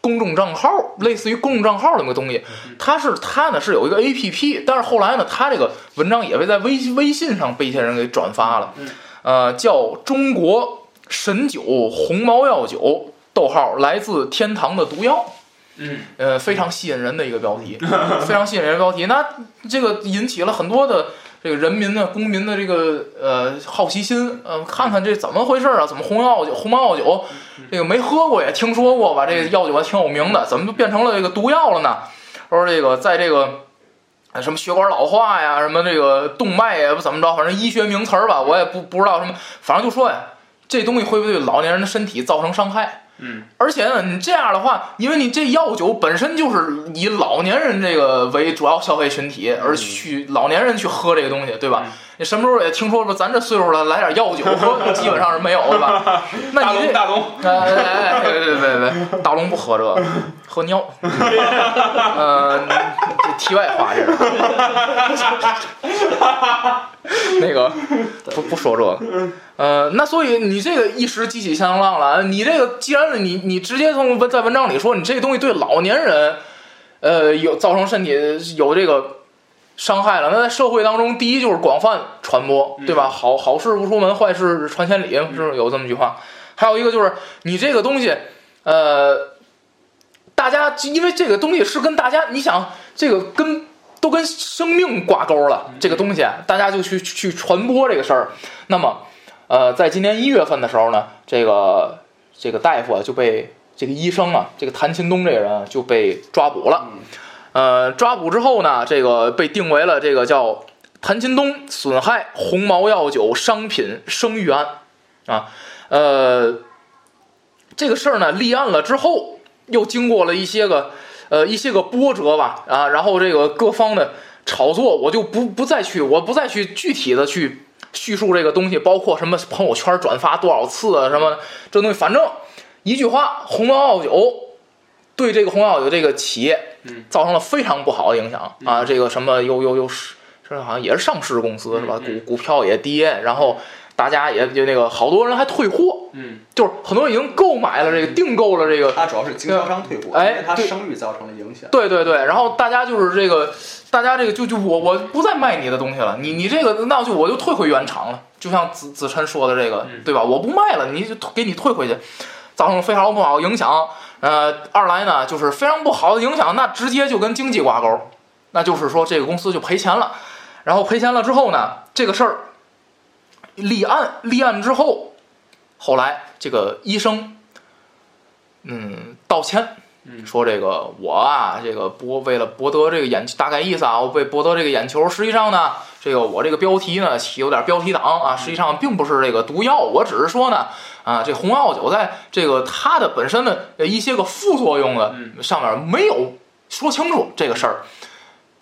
公众账号，类似于公众账号那么个东西，他是他呢是有一个 A P P，但是后来呢，他这个文章也被在微微信上被一些人给转发了，
嗯
呃，叫中国神酒红毛药酒，逗号来自天堂的毒药。
嗯
呃，非常吸引人的一个标题， 非常吸引人的标题。那这个引起了很多的这个人民的公民的这个呃好奇心，呃，看看这怎么回事啊？怎么红药酒、红毛药酒，这个没喝过也听说过吧？这个药酒还挺有名的，怎么就变成了这个毒药了呢？说这个在这个。呃什么血管老化呀，什么这个动脉呀，不怎么着，反正医学名词儿吧，我也不不知道什么，反正就说呀，这东西会不会对老年人的身体造成伤害？
嗯
而且呢，你这样的话，因为你这药酒本身就是以老年人这个为主要消费群体，而去老年人去喝这个东西，对吧
嗯？
你什么时候也听说说咱这岁数了来点药酒喝，基本上是没有的吧？那
大
你
龙
这，
大龙，
哎哎哎，别别别别，大龙不喝这个，喝尿。呃，这题外话这是。那个不不说这个，呃，那所以你这个一时激起千层浪了，你这个既然你你直接从文在文章里说你这个东西对老年人，呃，有造成身体有这个伤害了，那在社会当中，第一就是广泛传播，对吧？好好事不出门，坏事传千里，是不是有这么一句话？还有一个就是你这个东西，呃，大家因为这个东西是跟大家，你想这个跟都跟生命挂钩了，这个东西大家就去去传播这个事儿。那么，呃，在今年一月份的时候呢，这个这个大夫啊就被这个医生啊，这个谭勤东这个人啊就被抓捕了。呃，抓捕之后呢，这个被定为了这个叫谭勤东损害鸿茅药酒商品声誉案啊。呃，这个事儿呢立案了之后，又经过了一些个呃一些个波折吧啊，然后这个各方的炒作，我就不不再去，我不再去具体的去叙述这个东西，包括什么朋友圈转发多少次啊，什么这东西，反正一句话，鸿茅药酒对这个鸿茅药酒这个企业
嗯
造成了非常不好的影响啊，这个什么又又又是这好像也是上市公司是吧？
嗯嗯
股股票也跌，然后大家也就那个好多人还退货，
嗯
就是很多人已经购买了这个订购了这个，
他主要是经销商退货，
哎
因为他
对
声誉造成了影响。
对对对，然后大家就是这个，大家这个就就我我不再卖你的东西了，你你这个那就我就退回原厂了，就像子子琛说的这个
嗯，
对吧？我不卖了，你就退给你退回去，造成了非常不好的影响。呃，二来呢，就是非常不好的影响，那直接就跟经济挂钩，那就是说这个公司就赔钱了。然后赔钱了之后呢，这个事儿立案立案之后，后来这个医生，嗯，道歉，
嗯
说这个我啊，这个博为了博得这个眼，大概意思啊，我为博得这个眼球，实际上呢，这个我这个标题呢起有点标题党
嗯
啊，实际上并不是这个毒药，我只是说呢，啊，这红药酒在这个它的本身的呃一些个副作用的
嗯
上面没有说清楚这个事儿。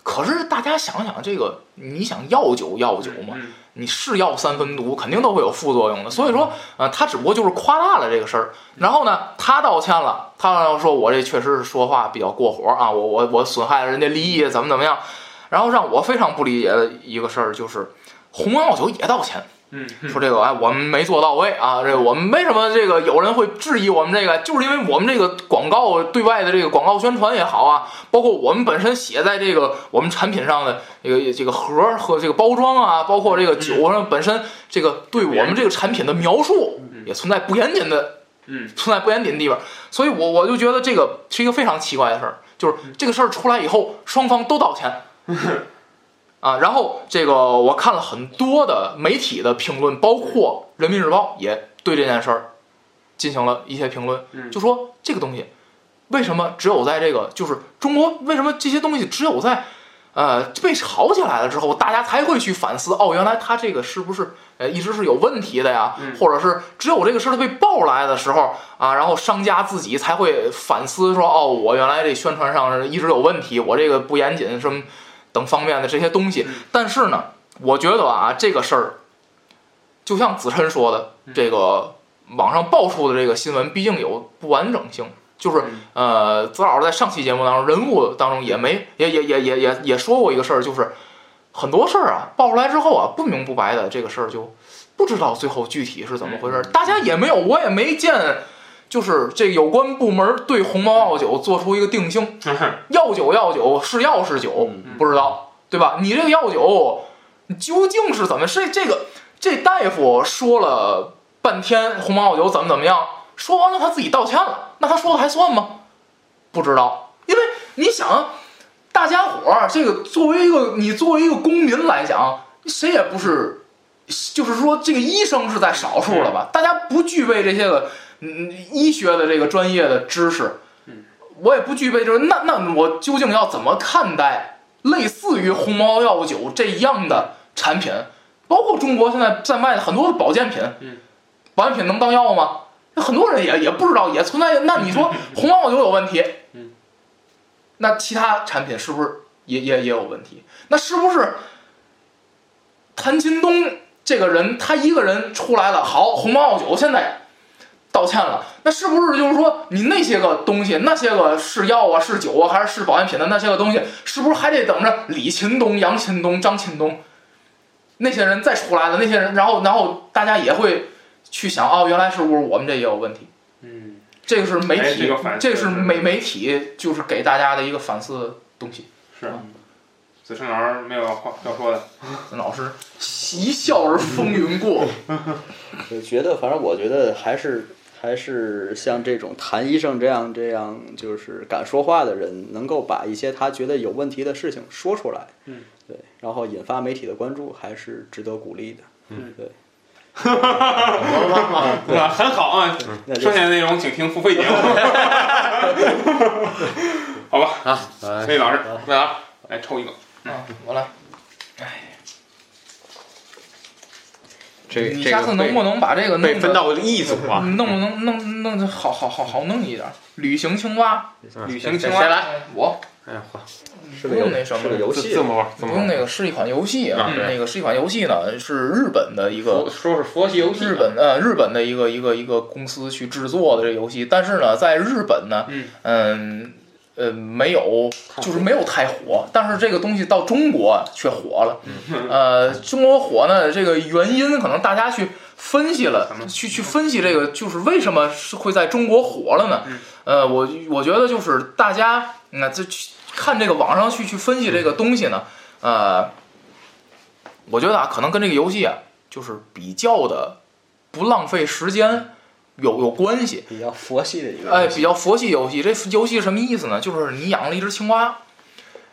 可是大家想想，这个你想药酒药酒嘛，
嗯
你是药三分毒，肯定都会有副作用的。所以说，呃，他只不过就是夸大了这个事儿。然后呢，他道歉了，他说我这确实是说话比较过火啊，我我我损害了人家利益，怎么怎么样。然后让我非常不理解的一个事儿就是，红药酒也道歉，
嗯
说这个哎我们没做到位啊，这个我们为什么这个有人会质疑我们这个，就是因为我们这个广告对外的这个广告宣传也好啊，包括我们本身写在这个我们产品上的这个这个盒儿和这个包装啊，包括这
嗯
个酒上本身这个对我们这个产品的描述
嗯
也存在不严谨的
嗯
存在不严谨的地方，所以我我就觉得这个是一个非常奇怪的事儿，就是这个事儿出来以后，双方都道歉。
嗯
啊，然后这个我看了很多的媒体的评论，包括《人民日报》也对这件事儿进行了一些评论，
嗯
就说这个东西为什么只有在这个就是中国为什么这些东西只有在呃被炒起来了之后，大家才会去反思哦，原来它这个是不是呃一直是有问题的呀？
嗯
或者是只有这个事儿被爆出来的时候啊，然后商家自己才会反思说哦，我原来这宣传上是一直有问题，我这个不严谨什么等方面的这些东西。但是呢，我觉得啊，这个事儿就像子琛说的，这个网上爆出的这个新闻，毕竟有不完整性。就是
嗯
呃，子老师在上期节目当中，人物当中也没也也也也也也说过一个事儿，就是很多事儿啊爆出来之后啊，不明不白的这个事儿就不知道最后具体是怎么回事儿，大家也没有，我也没见，就是这有关部门对鸿茅药酒做出一个定性，药酒药酒是药是酒，不知道对吧？你这个药酒究竟是怎么？是这个这大夫说了半天鸿茅药酒怎么怎么样，说完了他自己道歉了，那他说的还算吗？不知道，因为你想，大家伙儿这个作为一个你作为一个公民来讲，谁也不是，就是说这个医生是在少数了吧？大家不具备这些个嗯医学的这个专业的知识，我也不具备，就是那那我究竟要怎么看待类似于鸿茅药酒这样的产品？包括中国现在在卖的很多的保健品，
嗯
保健品能当药吗？那很多人也也不知道，也存在。那你说鸿茅药酒有问题，
嗯，
那其他产品是不是也也也有问题？那是不是谭勤东这个人他一个人出来了？好，鸿茅药酒现在道歉了，那是不是就是说你那些个东西，那些个是药啊、是酒啊，还是是保健品的那些个东西，是不是还得等着李勤东、杨勤东、张勤东那些人再出来了？那些人，然后然后大家也会去想，哦，原来是不是我们这也有问题？
嗯
这个是媒
哎
体
这个反，思
这个是
是
媒媒体就是给大家的一个反思的东西。
是，子辰老师没有话要说的，
老师一笑而风云过，
我觉得，反正我觉得还是还是像这种谭医生这样这样，就是敢说话的人，能够把一些他觉得有问题的事情说出来，
嗯，
对，然后引发媒体的关注，还是值得鼓励的，嗯，对。
对吧？很好啊，
那就
剩下的内容请听付费节目。好吧，
啊，呃
魏老师
魏老师，
来抽一个，
嗯
啊，我来。
这
你
这
下
个
次能不
被
能把这个弄
被
得
分到一组啊？
弄不能弄弄好好好好弄一点儿？旅行青蛙，
嗯
旅行青
谁
蛙
谁来？
哎我
哎呀，嚯
是
不
个
用那
游
什
是
么
个，游
这
戏
这，么玩儿，
不
这么
用
玩儿
那个是一款游戏啊
啊，对
那个是一款游戏呢，是日本的一个
说说是佛系游戏，
日本呃日本的一个一个一个公司去制作的这个游戏，但是呢，在日本呢，
嗯
嗯呃没有，就是没有太火，但是这个东西到中国却火了。呃，中国火呢，这个原因可能大家去分析了，去去分析这个就是为什么是会在中国火了呢？呃，我我觉得就是大家那这去看这个网上去去分析这个东西呢，呃，我觉得啊，可能跟这个游戏啊，就是比较的不浪费时间有有关系。
比较佛系的一个，
哎，比较佛系游戏。这游戏是什么意思呢？就是你养了一只青蛙，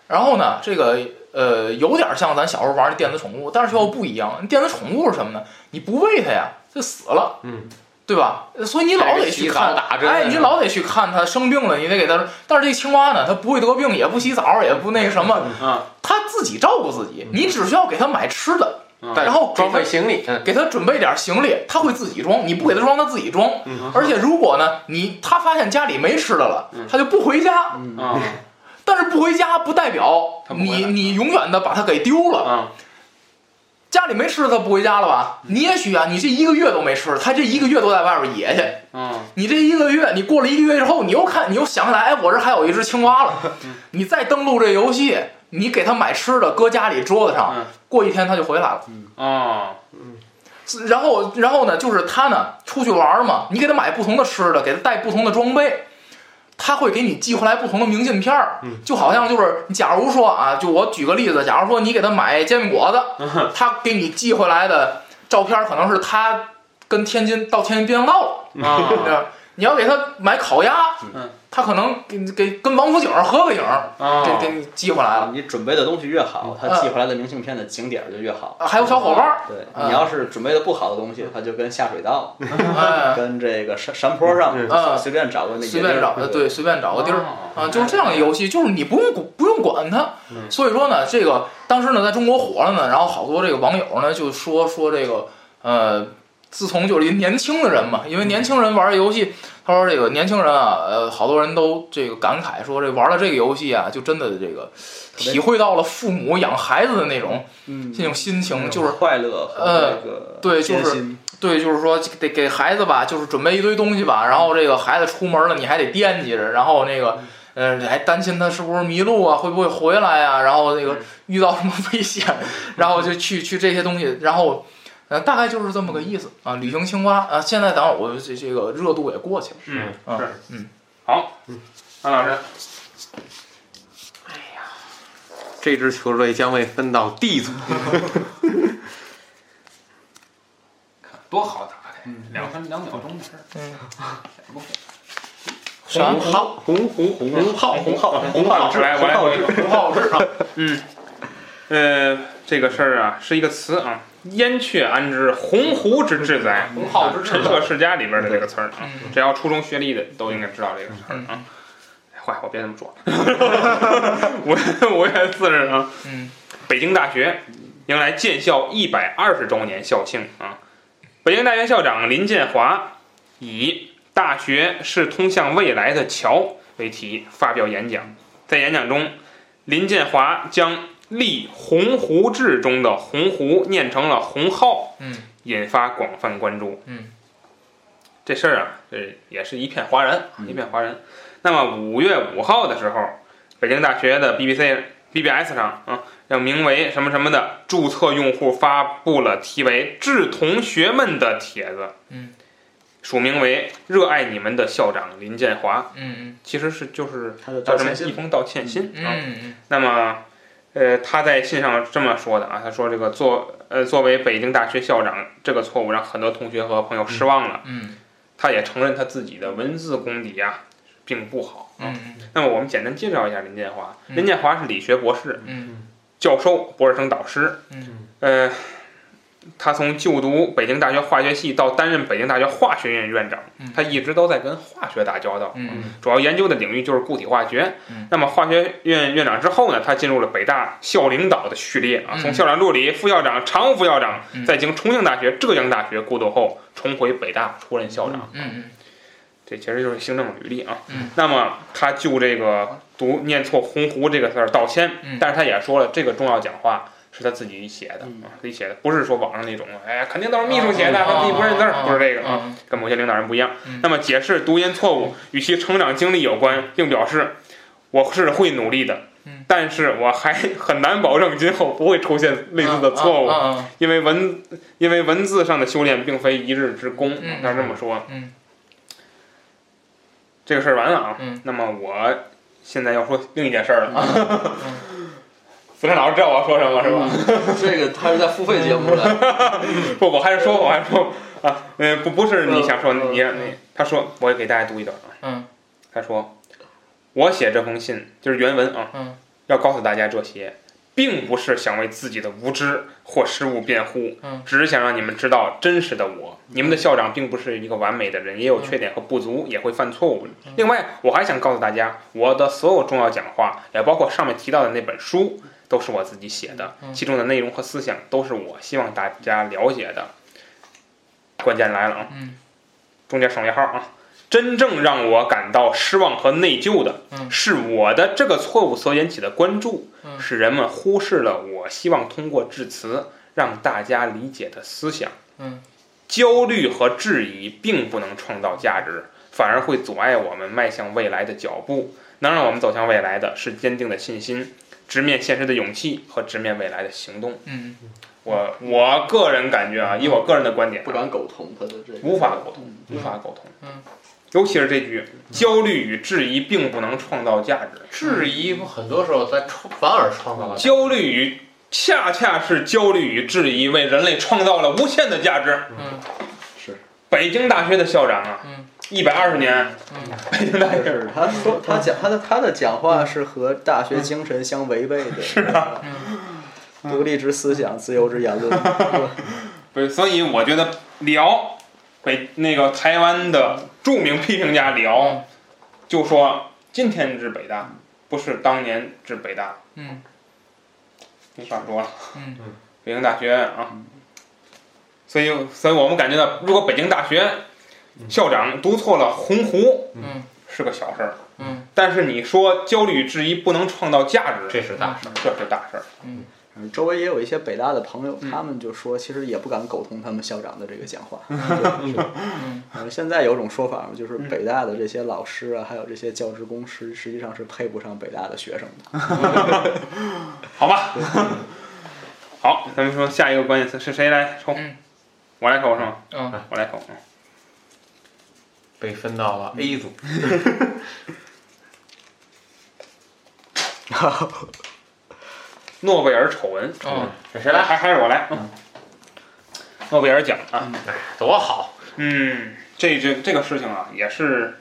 然后呢，这个呃，有点像咱小时候玩的电子宠物，但是又不一样。电子宠物是什么呢？你不喂它呀，它死了，
嗯，
对吧？所以你老得去看
还得洗澡打针啊
哎，你老得去看它生病了，你得给它。但是这青蛙呢，它不会得病，也不洗澡，也不那个什么，
嗯
它自己照顾自己。你只需要给它买吃的，
嗯
然后给
装
它
备行李，嗯
给他准备点行李，他会自己装，你不给他装，他自己装。
嗯
而且如果呢，你他发现家里没吃的了，他就不回家。
啊
但是不回家不代表
他不回来
你你永远的把他给丢了。
啊
家里没吃的他不回家了吧？
嗯
你也许啊，你这一个月都没吃，他这一个月都在外边野去。
啊
你这一个月，你过了一个月之后，你又看，你又想起来，哎，我这还有一只青蛙了。
嗯
你再登录这游戏，你给他买吃的，搁家里桌子上
嗯，
过一天他就回来了。
啊！
然后，然后呢，就是他呢出去玩儿嘛，你给他买不同的吃的，给他带不同的装备，他会给你寄回来不同的明信片儿。就好像就是，假如说啊，就我举个例子，假如说你给他买煎饼果子，他给你寄回来的照片儿可能是他跟天津到天津边疆道了，
啊
对吧？你要给他买烤鸭，
嗯
他可能给你给跟王府井合个影儿，
啊
给给你寄回来了。
啊你准备的东西越好，他
嗯
寄回来的明信片的景点儿就越好。
还有小伙伴儿，
对
嗯
你要是准备的不好的东西，他就跟下水道、
哎，
跟这个山山坡上
嗯
随便找个那野
随
地
便
儿
找的，对，随便找个地儿。
啊
啊，就是这样的游戏，就是你不用管不用管它。
嗯
所以说呢，这个当时呢，在中国火了呢，然后好多这个网友呢就说说这个呃，自从就是一个年轻的人嘛，因为年轻人玩游戏，他说这个年轻人啊，呃，好多人都这个感慨说这玩了这个游戏啊，就真的这个
别
体会到了父母养孩子的那种
嗯，
那种心情，就是
快乐和这个
对就是
艰辛
对，就是说得给孩子吧，就是准备一堆东西吧，然后这个孩子出门了，你还得惦记着，然后那个，嗯、还担心他是不是迷路啊，会不会回来啊，然后那个遇到什么危险，然后就去去这些东西，然后，呃，大概就是这么个意思啊。旅行青蛙啊，现在等会儿我这这个热度也过去了，
嗯
嗯
是
嗯
好，安老师
这支球队将被分到 D 组。
多好打开，两分两秒钟的事儿。
啥
红炮，嗯红红红红炮，红炮，
红炮制，来我来我一个红炮制啊，嗯，呃，这个事儿啊是一个词啊，燕雀安知鸿鹄之志哉？
红炮之志
陈涉世家里边的这个词儿啊，
嗯
只要初中学历的都应该知道这个词儿啊。哎坏，我别这么说， 五五月四日啊，
嗯，
北京大学迎来建校一百二十周年校庆啊，北京大学校长林建华以“大学是通向未来的桥”为题发表演讲。在演讲中，林建华将立鸿鹄志中的“鸿鹄”念成了“鸿浩”，
嗯，
引发广泛关注。
嗯，
这事儿啊，这也是一片哗然，啊
嗯
一片哗然。那么五月五号的时候，北京大学的 BBC、BBS 上啊，让名为什么什么的注册用户发布了题为“致同学们”的帖子。
嗯。
署名为“热爱你们”的校长林建华，
嗯
其实是就是
他的
叫
道
什么
歉
一
信，
封道歉信
嗯
啊。
嗯
那么，呃，他在信上这么说的啊，他说这个作呃作为北京大学校长，这个错误让很多同学和朋友失望了。
嗯
他也承认他自己的文字功底啊并不好。
嗯
那么我们简单介绍一下林建华，
嗯
林建华是理学博士，
嗯
教授、博士生导师。
嗯
呃，他从就读北京大学化学系到担任北京大学化学院院长
嗯，
他一直都在跟化学打交道。
嗯
主要研究的领域就是固体化学
嗯。
那么化学院院长之后呢，他进入了北大校领导的序列啊，
嗯
从校长助理、副校长、常务副校长
嗯，
在经重庆大学、浙江大学过渡后，重回北大出任校长。
嗯
这其实就是行政履历啊。
嗯
那么他就这个读念错“鸿鹄”这个字儿道歉，
嗯
但是他也说了，这个重要讲话是他自己写的、
嗯
啊，自己写的，不是说网上那种，哎呀，肯定都是秘
哦
书写的，他自己不认字儿，不是这个啊，
嗯
跟某些领导人不一样。
嗯
那么解释读音错误与其成长经历有关，并表示我是会努力的
嗯。
但是我还 很难保证今后不会出现类似的错误，
嗯
因为文因为文字上的修炼并非一日之功。
嗯
他是这么说，
嗯
这个事儿完了啊。
嗯
那么我现在要说另一件事儿
嗯
了。 子山老师知道我要说什么是吧？
嗯这个他是在付费节目了，
不，我还是说，我还是说啊，嗯，不，不是你想说，
嗯
你你，他说，我给大家读一段啊。
嗯
他说，我写这封信就是原文啊，
嗯
要告诉大家这些，并不是想为自己的无知或失误辩护，
嗯
只是想让你们知道真实的我。你们的校长并不是一个完美的人，
嗯
也有缺点和不足，也会犯错误。另外，我还想告诉大家，我的所有重要讲话，也包括上面提到的那本书，都是我自己写的，
嗯
其中的内容和思想都是我希望大家了解的。关键来了啊，
嗯
中间省略号啊。真正让我感到失望和内疚的，
嗯
是我的这个错误所引起的关注，
嗯
使人们忽视了我希望通过致辞让大家理解的思想。
嗯
焦虑和质疑并不能创造价值，反而会阻碍我们迈向未来的脚步。能让我们走向未来的是坚定的信心、直面现实的勇气和直面未来的行动。
嗯
我我个人感觉啊，以我个人的观点啊、
不敢苟同他的这个
无法沟通，无法沟通。
嗯，
尤其是这句“焦虑与质疑并不能创造价值
质疑很多时候在创反而创造”，了
焦虑与恰恰是焦虑与质疑为人类创造了无限的价值。
嗯
北京大学的校长啊，
嗯
一百二十年，
嗯
北京大学
是他说他讲他的他的讲话是和大学精神相违背的，是吧独立之思想，自由之言论，
不是，所以我觉得聊北那个台湾的著名批评家
嗯
聊，就说今天之北大不是当年之北大，
嗯
没法说了。
嗯
北京大学啊，所以所以我们感觉到，如果北京大学校长读错了“鸿鹄
嗯”
是个小事儿，
嗯
但是你说焦虑质疑不能创造价值，
这是大事。
这是大事儿。
周围也有一些北大的朋友
嗯，
他们就说，其实也不敢苟同他们校长的这个讲话。
嗯
呃现在有种说法嘛，就是北大的这些老师啊，还有这些教职工师，实际上是配不上北大的学生的。
好吧， 好，咱们说下一个关键词是谁来抽？
嗯
我来抽是吗？
嗯
我来抽。嗯
被分到了 A 组，
诺贝尔丑闻，
嗯
这谁
来
来？
还还是我来。嗯诺贝尔奖啊，
多好！
嗯，这这这个事情啊，也是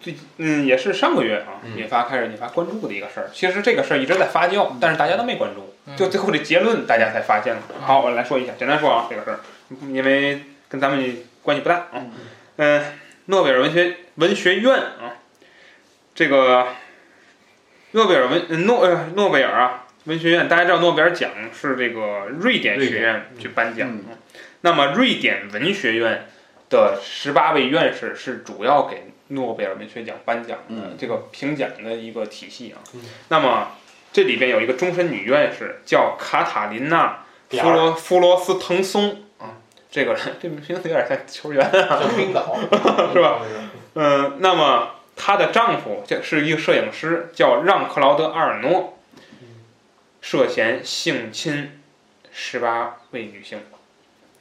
最嗯，也是上个月啊
嗯
引发开始引发关注的一个事儿。其实这个事儿一直在发酵，但是大家都没关注，
嗯
就最后这结论大家才发现了。
嗯
好，我来说一下，简单说啊，这个事儿，因为跟咱们关系不大啊。嗯、诺贝尔文学文学院啊，这个诺贝尔文呃诺呃诺贝尔啊文学院，大家知道诺贝尔奖是这个瑞典
瑞
学
典
院去颁奖。啊
嗯
那么瑞典文学院的十八位院士是主要给诺贝尔文学奖颁奖的、
嗯
这个评奖的一个体系啊。
嗯
那么这里边有一个终身女院士叫卡塔琳娜·弗罗弗罗斯滕松啊，这个人 这名字有点像球员。
叫冰 岛
是吧？嗯，那么她的丈夫就是一个摄影师，叫让克劳德·阿尔诺，涉嫌性侵十八位女性。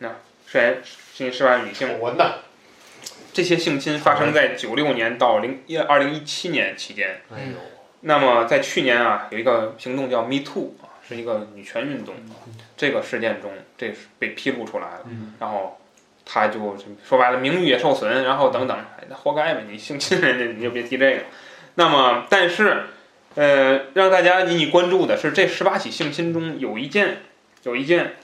那涉嫌性侵十八位女性，
丑闻呐，
这些性侵发生在九六年到零一二零一七年期间。
哎呦，
那么在去年啊，有一个行动叫 Me Too，啊是一个女权运动，这个事件中，这是被披露出来了，然后他就说白了名誉也受损，然后等等，哎那活该呗，你性侵人家你就别提这个。那么，但是，呃，让大家引起关注的是，这十八起性侵中有一件，有一件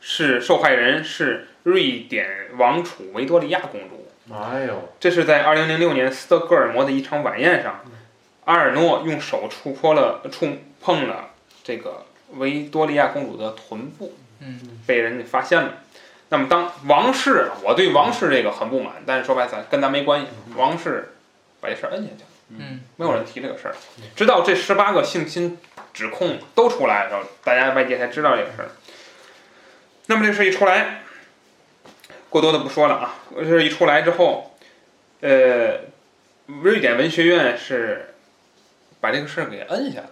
是受害人是瑞典王储维多利亚公主。
哎呦，
这是在二零零六年斯德哥尔摩的一场晚宴上，阿尔诺用手触碰了触碰了这个维多利亚公主的臀部，
嗯，
被人家发现了。那么当王室，我对王室这个很不满，但是说白了，咱跟咱没关系。王室把这事儿哎摁下去了，
嗯，
没有人提这个事儿。直到这十八个性侵指控都出来的时候，大家外界才知道这个事儿。那么这事一出来，过多的不说了啊。这事一出来之后，呃，瑞典文学院是把这个事儿给摁下了，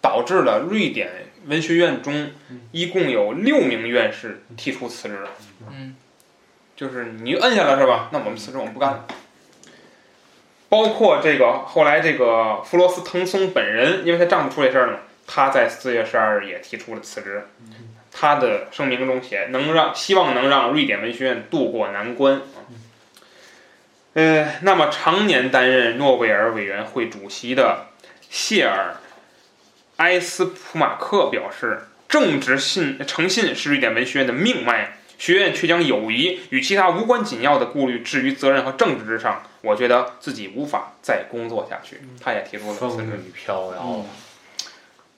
导致了瑞典文学院中一共有六名院士提出辞职。
嗯，
就是你摁下了是吧？那我们辞职，我们不干了。包括这个后来这个弗罗斯滕松本人，因为他丈夫出这事儿了嘛，他在四月十二日也提出了辞职。他的声明中写，能让希望能让瑞典文学院渡过难关。啊呃，那么常年担任诺贝尔委员会主席的谢尔埃斯普马克表示，正直信诚信是瑞典文学院的命脉，学院却将友谊与其他无关紧要的顾虑置于责任和政治之上。我觉得自己无法再工作下去。他也提出了辞
风
职，
雨飘摇，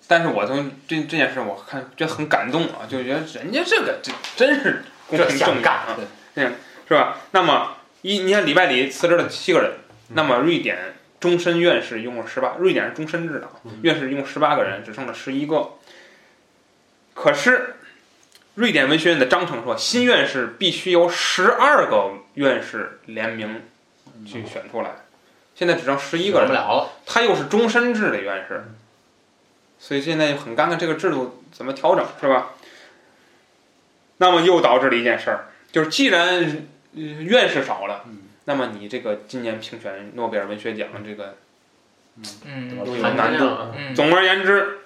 但是我从这这件事，我看觉得很感动啊，就觉得人家这个这真是公
这
平正
想
义
干
啊，，是吧？那么一你看礼拜里辞职了七个人，
嗯
那么瑞典终身院士一共十八，瑞典是终身制的啊，
嗯
院士一共十八个人，只剩了十一个。可是瑞典文学院的章程说，新院士必须由十二个院士联名
嗯
去选出来，现在只剩十一个
管
人
不
了。
了了，
他又是终身制的院士，所以现在就很尴尬，这个制度怎么调整是吧？那么又导致了一件事儿，就是既然、呃院士少了，那么你这个今年评选诺贝尔文学奖这个，
嗯，
有
谈
难度
度，
嗯，
总而言之，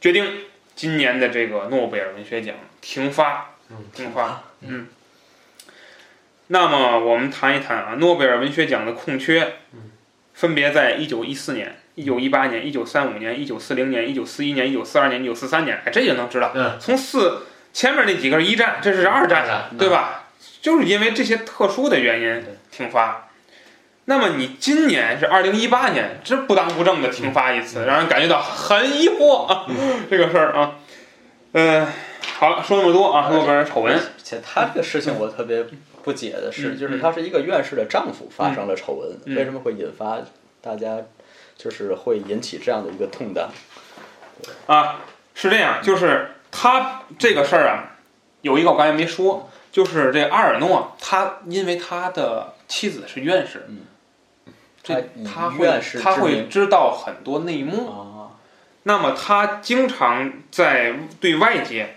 决定今年的这个诺贝尔文学奖停发，停发，嗯。那么我们谈一谈啊，诺贝尔文学奖的空缺，分别在一九一四年、一九一八年、一九三五年、一九四零年、一九四一年、一九四二年、一九四三年，哎，这就能知道。
嗯
从四前面那几个是一战，这是二战，
的，
对吧？就是因为这些特殊的原因停发。那么你今年是二零一八年，这不当不正的停发一
嗯
次，让人感觉到很疑惑啊， 这个事儿啊。嗯，好了，说那么多啊，诺贝尔丑闻，
而且他这个事情我特别不解的是，
嗯
就是他是一个院士的丈夫发生了丑闻，
嗯
为什么会引发大家就是会引起这样的一个痛感？
啊，是这样，就是他这个事儿啊，有一个我刚才没说，就是这阿尔诺，他因为他的妻子是院士，
嗯
这他
他以
会
院士之
他会
名
知道很多内幕，
啊，
那么他经常在对外界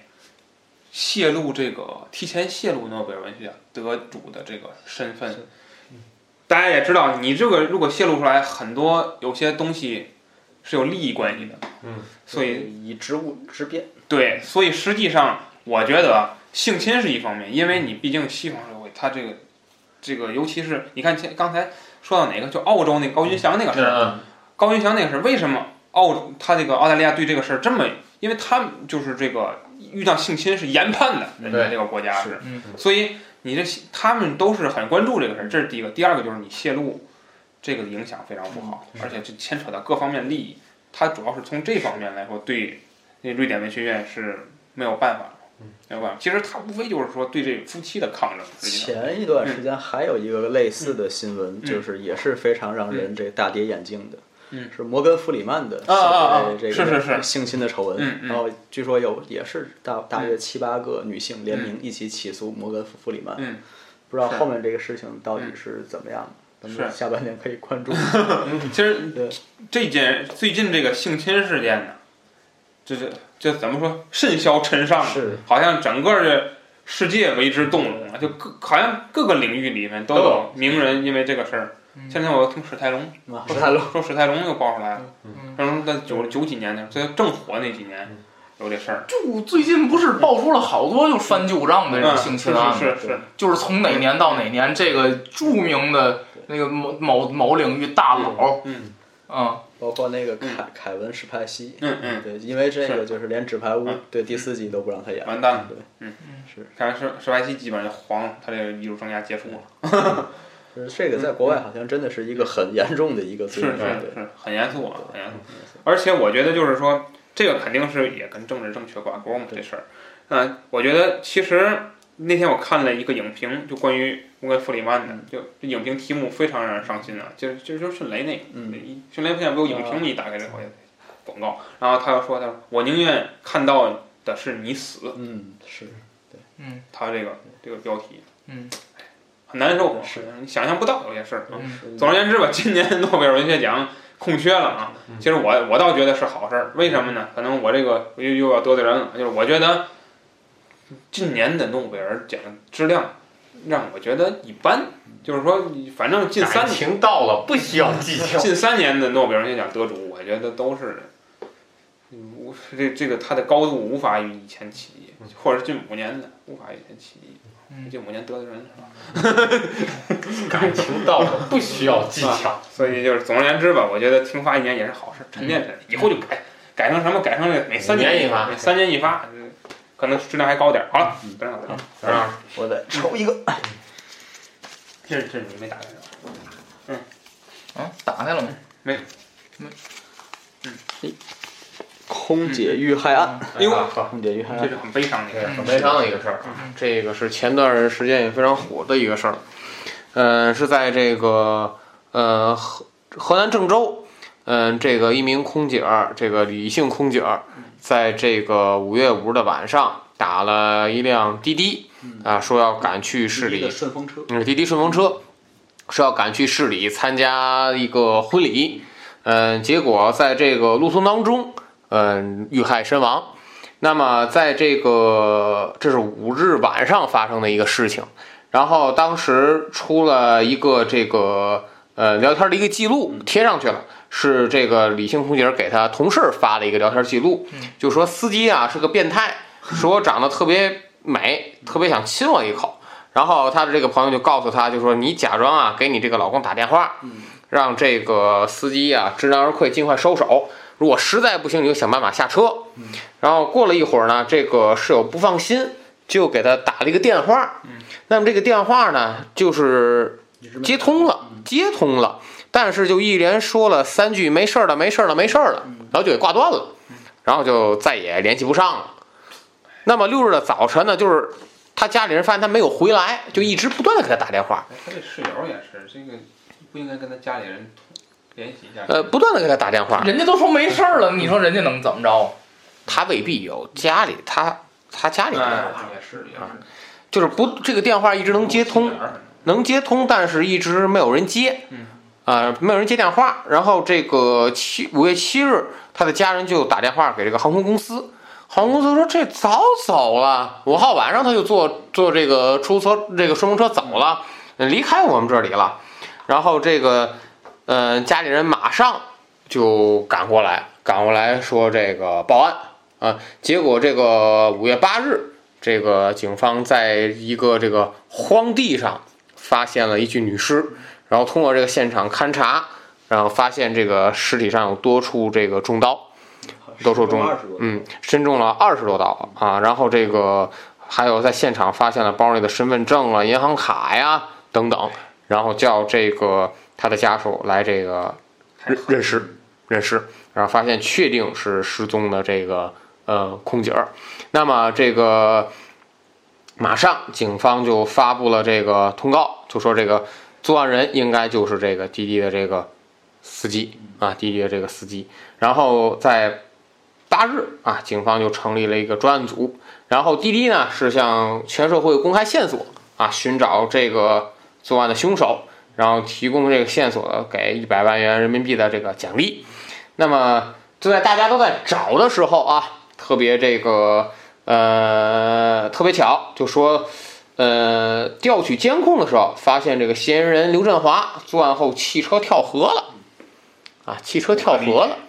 泄露这个提前泄露诺贝尔文学奖得主的这个身份。大家也知道，你这个如果泄露出来，很多有些东西是有利益关系的。
嗯，
所以
以职务之便，
对，所以实际上我觉得性侵是一方面，因为你毕竟西方社会，它这个这个，尤其是你看前刚才说到哪个，就澳洲那个高云翔那个事儿，
嗯
高云翔那个事儿，为什么澳他这个澳大利亚对这个事儿这么？因为他们就是这个遇到性侵是严判的，人家
对
这个国家是，
嗯
所以你这他们都是很关注这个事儿，这是第一个。第二个就是你泄露，这个影响非常不好，而且这牵扯到各方面利益。它主要是从这方面来说，对那瑞典文学院是没有办法的，没有办法。其实它无非就是说对这夫妻的抗争，实际上
前一段时间还有一个类似的新闻，
嗯
就是也是非常让人这大跌眼镜的，
嗯
是摩根弗里曼的
啊啊啊
所谓这
是
个
是是
性侵的丑闻，
嗯嗯
然后据说有也是大大约七八个女性联名一起起诉摩根弗里曼，
嗯
不知道
是嗯
后面这个事情到底是怎么样的。咱们
是
下半年可以关注，
其实
对
这件最近这个性侵事件呢，这这这怎么说甚嚣尘上，
是
好像整个这世界为之动容啊，就各好像各个领域里面都有名人因为这个事儿
嗯
前两天我听史泰龙
啊，史泰龙
说史泰龙又爆出来了，
嗯
史泰龙在九九几年的时候，最正火那几年有这事儿，
就最近不是爆出了好多就翻旧账的这种
嗯，
性
是
侵案吗？
是是是，
就是从哪年到哪年，这个著名的那个某某某领域大佬，
嗯
嗯，
包括那个凯凯文史派西，
嗯嗯，
对，因为这个
是
就是连纸牌屋
嗯
对第四季都不让他演，
完蛋了嗯
对，
看来是史莱西基本上就黄了，他这个艺术生涯结束了，
就是这个在国外好像真的是一个很严重的一个罪
嗯是是
名，对，
是，很严肃啊，很严肃。而且我觉得就是说，这个肯定是也跟政治正确挂钩嘛，这事儿。嗯、我觉得其实那天我看了一个影评，就关于乌根弗里曼的，就这影评题目非常让人伤心啊，就是就是就是迅雷那个，
嗯，
一迅雷现在不有影评你打开这好像广告，然后他又说他说我宁愿看到的是你死，
嗯，是
他这个这个标题，
嗯，
很难受，啊
是
你想象不到有些事儿啊。
嗯
总而言之吧， 今年诺贝尔文学奖空缺了啊。其实我我倒觉得是好事儿，为什么呢？可能我这个又又要得罪人了，就是我觉得近年的诺贝尔奖质量让我觉得一般，就是说反正近三
感情到了，不需要技巧。
近三年的诺贝尔文学奖得主，我觉得都是嗯无这这个它的高度无法与以前匹敌，或者是近五年的无法与以前匹敌，
嗯
近五年得罪人了。
感情到了，不需要技 巧。
啊所以就是总而言之吧，我觉得停发一年也是好事，沉淀沉淀，以后就改，改成什么？改成这每三
年
一
一发
每三年一发，嗯可能质量还高点儿。好了，嗯等等等等，
是吧？
我得抽一个，
这是这是你没打开是吧？
嗯，打开了吗？
空姐遇害案，
哎呦，
呵
空姐遇害
这
案，
是很悲伤的一
这
个事
是
儿。
嗯很悲伤的一个事儿。这个是前段时间也非常火的一个事儿，嗯、是在这个呃河河南郑州，嗯、这个一名空姐儿，这个李姓空姐儿，在这个五月五日的晚上打了一辆滴滴
嗯
啊、说要赶去市
一个
里，
顺风车，
嗯，滴滴顺风车是要赶去市里参加一个婚礼，嗯，结果在这个路途当中，嗯，遇害身亡。那么在这个这是五日晚上发生的一个事情，然后当时出了一个这个呃聊天的一个记录贴上去了，是这个李姓空姐给他同事发的一个聊天记录，就说司机啊是个变态，说我长得特别美，特别想亲我一口。然后她的这个朋友就告诉她，就说你假装啊给你这个老公打电话，让这个司机啊知难而退，尽快收手。如果实在不行，你就想办法下车。然后过了一会儿呢，这个室友不放心，就给他打了一个电话。那么这个电话呢，就是接通了，接通了，但是就一连说了三句没事儿了，没事儿了，没事儿了，然后就给挂断了，然后就再也联系不上了。那么六日的早晨呢，就是他家里人发现他没有回来，就一直不断的给他打电话，
哎他这室友也是，这个不应该跟他家里人联系一下。
呃，不断的给他打电话，
人家都说没事儿了，你说人家能怎么着？啊
他未必有家里他他家里人
哎，也是啊也
啊
是，
就是不这个电话一直能接通，能接通，但是一直没有人接，
嗯，
啊，没有人接电话。然后这个七五月七日，他的家人就打电话给这个航空公司，航空公司说这早走了，五号晚上他就坐坐这个出租车这个顺风车走了，离开我们这里了。然后这个，呃，家里人马上就赶过来，赶过来说这个报案啊。结果这个五月八日，这个警方在一个这个荒地上发现了一具女尸，然后通过这个现场勘查，然后发现这个尸体上有多处这个中刀，多处中
啊二十多，
嗯，身中了二十多刀啊。然后这个还有在现场发现了包内的身份证啊、银行卡呀等等，然后叫这个他的家属来这个认认识认识，然后发现确定是失踪的这个呃空姐儿。那么这个马上警方就发布了这个通告，就说这个作案人应该就是这个滴滴的这个司机啊，滴滴的这个司机。然后在八日啊，警方就成立了一个专案组，然后滴滴呢是向全社会公开线索啊，寻找这个作案的凶手，然后提供这个线索给一百万元人民币的这个奖励。那么就在大家都在找的时候啊，特别这个呃特别巧，就说呃，调取监控的时候，发现这个嫌疑人刘振华作案后汽车跳河了，啊，汽车跳河了。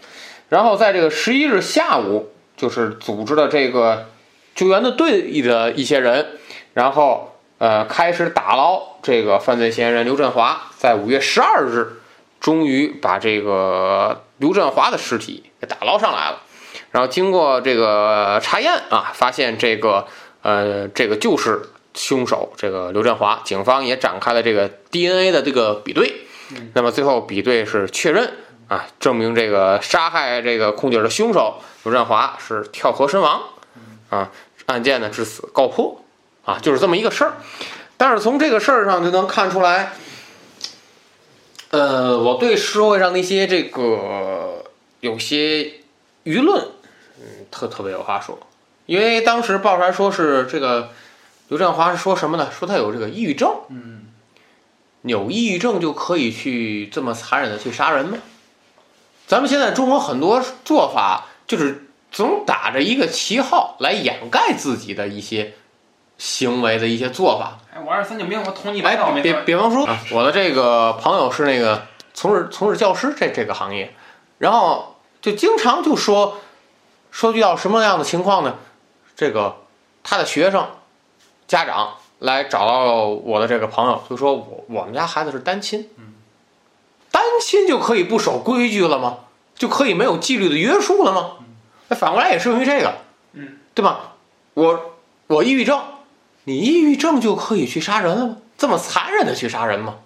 然后在这个十一日下午，就是组织了这个救援的队里的一些人，然后呃开始打捞这个犯罪嫌疑人刘振华。在五月十二日，终于把这个刘振华的尸体给打捞上来了。然后经过这个查验啊，发现这个呃这个就是凶手这个刘振华。警方也展开了这个 DNA 的这个比对，那啊么最后比对是确认啊，证明这个杀害这个空姐的凶手刘振华是跳河身亡啊，案件呢至此告破啊，就是这么一个事儿。但是从这个事儿上就能看出来，呃，我对社会上的一些这个有些舆论，嗯，特特别有话说，因为当时爆出来说是这个刘振华是说什么呢？说他有这个抑郁症，嗯，有抑郁症就可以去这么残忍的去杀人吗？咱们现在中国很多做法就是总打着一个旗号来掩盖自己的一些行为的一些做法，
哎，我二十三九没有，我捅你
哎
来刀，没事
比
儿。
比方说，啊我的这个朋友是那个从事从事教师这这个行业，然后就经常就说说遇到什么样的情况呢？这个他的学生家长来找到我的这个朋友，就说我我们家孩子是单亲，
嗯
单亲就可以不守规矩了吗？就可以没有纪律的约束了吗？那反过来也适用于这个，
嗯，
对吧？我我抑郁症，你抑郁症就可以去杀人了吗？这么残忍的去杀人吗？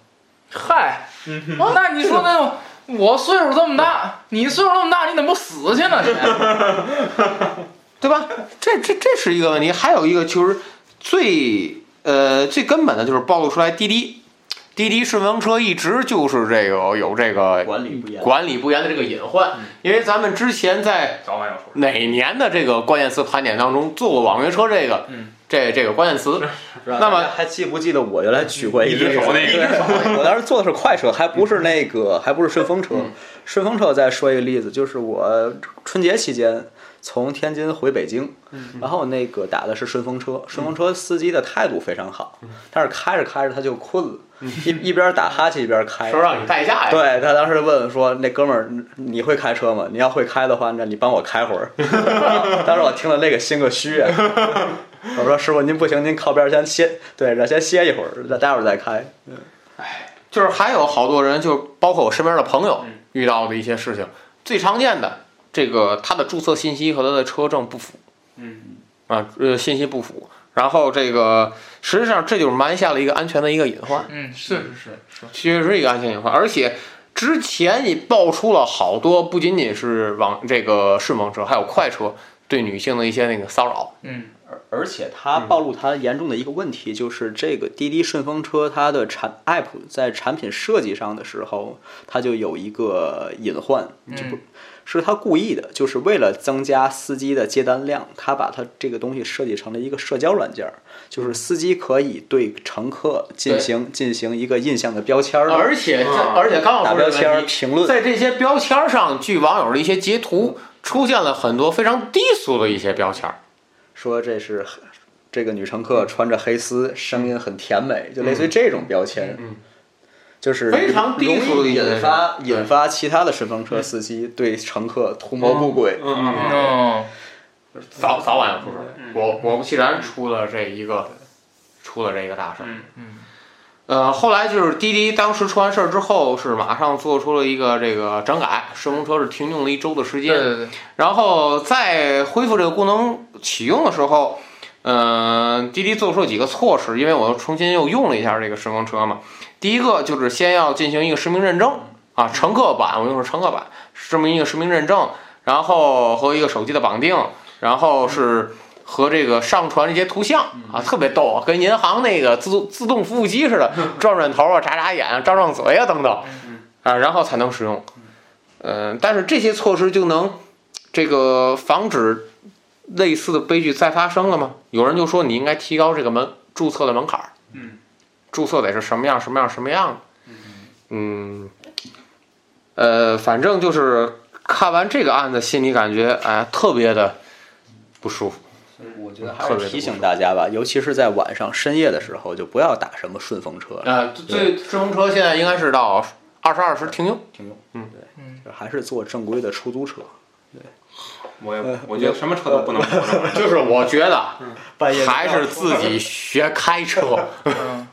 嗨，啊
嗯哼
那你说那种我岁数这么大，你岁数那么大，你怎么不死去呢？你
对吧？这这这是一个问题，还有一个就是最呃最根本的就是暴露出来滴滴，滴滴顺风车一直就是这个有这个
管理不严，
管理不严的这个隐患，因为咱们之前在
早晚要说。
哪年的这个关键词盘点当中做过网约车这个
嗯
这这个关键词，
那
那么
还记不记得我原来举过一
一只手那个一只
手，我当时坐的是快车，还不是那
嗯
个，还不是顺风车。顺风车我再说一个例子，就是我春节期间从天津回北京，
嗯
然后那个打的是顺风车，顺风车司机的态度非常好，
嗯
但是开着开着他就困了，一一边打哈欠一边开
说。让你代驾呀，
对他当时问说：“那哥们儿，你会开车吗？你要会开的话，那你帮我开会儿。”当时我听了那个心个虚啊，我说：“师傅，您不行，您靠边儿先歇，对，先歇一会儿，再待会儿再开。
就是还有好多人，就是包括我身边的朋友遇到的一些事情，最常见的这个他的注册信息和他的车证不符，
嗯，
啊，呃，信息不符，然后这个实际上这就是埋下了一个安全的一个隐患，
嗯，是是是是，
确实是一个安全隐患，而且。之前也爆出了好多，不仅仅是网这个顺风车，还有快车对女性的一些那个骚扰。
嗯，”
而且他暴露他严重的一个问题，就是这个滴滴顺风车它的产 app 在产品设计上的时候，它就有一个隐患，就不是他故意的，就是为了增加司机的接单量，他把他这个东西设计成了一个社交软件儿，就是司机可以对乘客进行进行一个印象的标签儿，
而且在，而且刚
啊打
好
标
说
签儿评论。
在这些标签儿上，据网友的一些截图，出现了很多非常低俗的一些标签儿。
说这是这个女乘客穿着黑丝，声音很甜美，就类似于这种标签，
嗯
就是
非常低俗
容
的
易
一些
引发
对
引发其他的顺风车司机对乘客图谋不轨。
嗯嗯
嗯，
早早晚要出事儿。果果不其然出了这一个，出了这一个大事儿。
嗯
嗯。
呃，后来就是滴滴当时出完事儿之后，是马上做出了一个这个整改，顺风车是停用了一周的时
对
间。
对对，
然后在恢复这个功能启用的时候，嗯、滴滴做出了几个措施，因为我又重新又用了一下这个顺风车嘛。第一个就是先要进行一个实名认证啊，乘客版我用的是乘客版，这么一个实名认证，然后和一个手机的绑定，然后是和这个上传一些图像啊，特别逗啊，跟银行那个自动自动服务机似的，转转头啊，眨眨眼啊，张张嘴啊等等啊，然后才能使用。嗯，但是这些措施就能这个防止类似的悲剧再发生了吗？有人就说你应该提高这个门注册的门槛儿，
嗯，
注册得是什么样什么样什么样嗯，呃，反正就是看完这个案子，心里感觉哎特别的不舒服，
我觉得
还是
还是提醒大家吧，尤其是在晚上深夜的时候，就不要打什么顺风车了，
啊，最顺风车现在应该是到二十二时停用。
停用。
嗯，
对
嗯，
就还是坐正规的出租车，
我
呃
也我觉得什么车都不能碰着玩儿。
就是我觉得
半夜
还是自己学开车。
嗯，
啊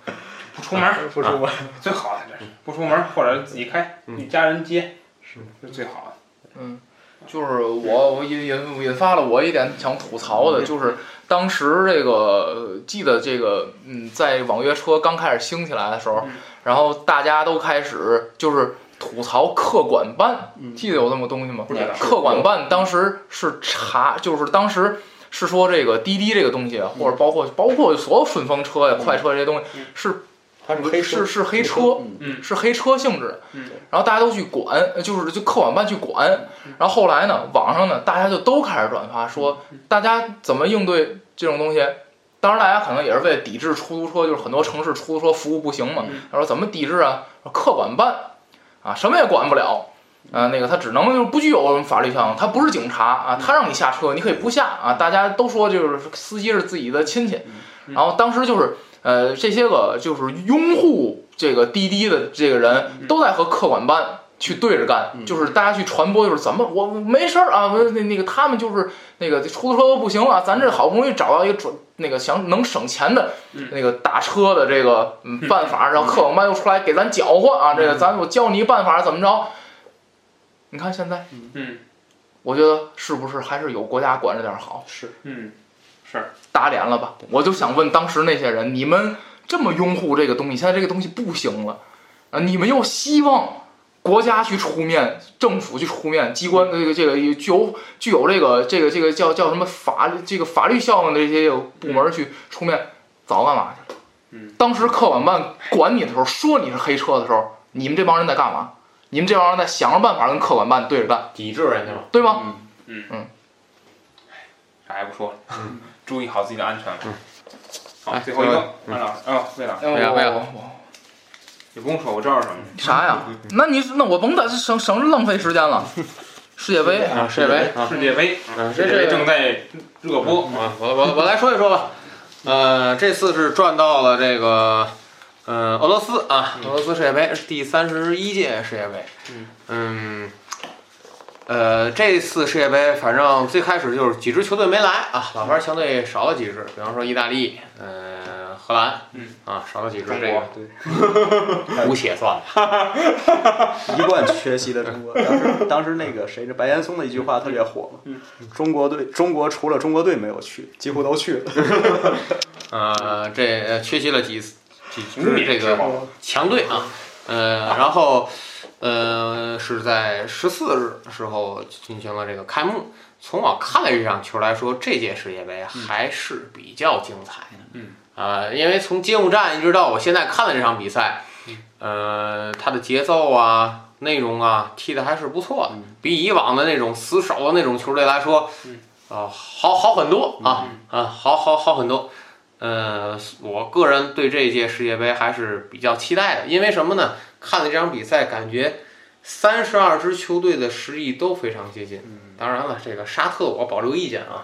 不出门儿
不出门。
最好的，这是不出门儿或者自己开，与家人接，嗯是最好的。
就是我我引引引发了我一点想吐槽
嗯
的，就是当时这个呃记得这个嗯，在网约车刚开始兴起来的时候
嗯，
然后大家都开始就是吐槽客管办，
嗯
记得有这么东西吗？
不知道
客管办当时是查，就是当时。是说这个滴滴这个东西，啊或者包括包括所有顺风车呀、快车这些东西
嗯，
是
它是黑车，
是是黑车，
嗯
嗯
是黑车性质的
嗯，
然后大家都去管，呃就是就客管办去管，
嗯
然后后来呢，网上呢大家就都开始转发，说
嗯
大家怎么应对这种东西。当然，大家可能也是为了抵制出租车，就是很多城市出租车服务不行嘛。
嗯
他说怎么抵制啊？说客管办啊，什么也管不了。啊，那个他只能就是不具有什么法律效应，他不是警察啊，他让你下车，你可以不下啊。大家都说就是司机是自己的亲戚，
嗯
然后当时就是呃，这些个就是拥护这个滴滴的这个人，都在和客管办去对着干，就是大家去传播，就是怎么我没事儿啊，不是那那个他们就是那个出租车都不行啊，咱这好不容易找到一个准那个想能省钱的
嗯
那个打车的这个嗯办法，然后客管办又出来给咱搅和啊，这个咱我教你一办法怎么着？你看现在，
嗯
我觉得是不是还是有国家管着点儿好？
嗯，
打脸了吧？我就想问当时那些人，你们这么拥护这个东西，现在这个东西不行了，啊，你们又希望国家去出面，政府去出面，机关这个这个具有具有这个这个这个叫叫什么法律这个法律效应的这些部门去出面，早干嘛去了？
嗯，
当时客管办管你的时候，说你是黑车的时候，你们这帮人在干嘛？你们这帮人在想着办法跟客管办对着干，
抵制人家嘛，
对吗？
啥也不说了， 注意好自己的安全吧。好，
哎
最后一个安老师，哦，魏老师，
呀哎呀
我我
你不用说，我知道是什么。
啥 呀？那你那我甭在这省省着浪费时间 了。世界杯，
啊，世界杯啊，
世界杯，
嗯
世界杯正在热播。
啊，我我我来说一说吧。呃，这次是转到了这个，呃，俄罗斯啊，
嗯
俄罗斯世界杯是第三十一届世界杯。嗯，呃，这次世界杯反正最开始就是几支球队没来啊，老牌强队少了几支，比方说意大利，呃，荷兰，
嗯
啊，少了几支，
中
这
国
个，姑且算了。嗯
一贯缺席的中国。当时当时那个谁，这白岩松的一句话特别火
嗯
嘛，中国队中国除了中国队没有去，几乎都去了。
呃，这呃缺席了几次几
无
支
冕
这
之
个
王
强队啊，呃，然后呃是在十四日时候进行了这个开幕。从我看了这场球来说，这届世界杯还是比较精彩的。
嗯，
呃，因为从揭幕战一直到我现在看了这场比赛，呃，它的节奏啊、内容啊踢的还是不错的，比以往的那种死守的那种球队来说，啊、好好很多啊啊，好好好很多。呃，我个人对这一届世界杯还是比较期待的，因为什么呢？看了这场比赛，感觉三十二支球队的实力都非常接近。
嗯
当然了，这个沙特我保留意见 啊，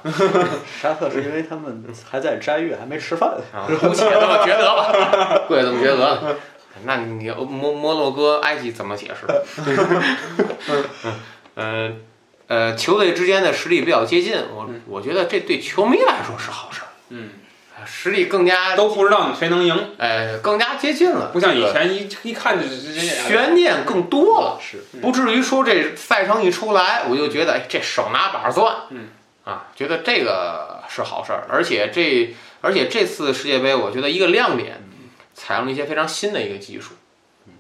沙特是因为他们还在斋月，还没吃饭。
啊，姑且这么觉得吧， 姑且这么觉得了。那你摩摩洛哥、埃及怎么解释？ 嗯呃，球队之间的实力比较接近，我我觉得这对球迷来说是好事儿，
嗯，
实力更加
都不知道你谁能赢，
呃更加接近了，
不像以
这个
前一一看就是这这俩人嗯
悬念更多了，
是，
不至于说这赛程一出来，我就觉得哎，这手拿把攥，
嗯，
啊，觉得这个是好事儿，而且这而且这次世界杯，我觉得一个亮点，
嗯
采用了一些非常新的一个技术，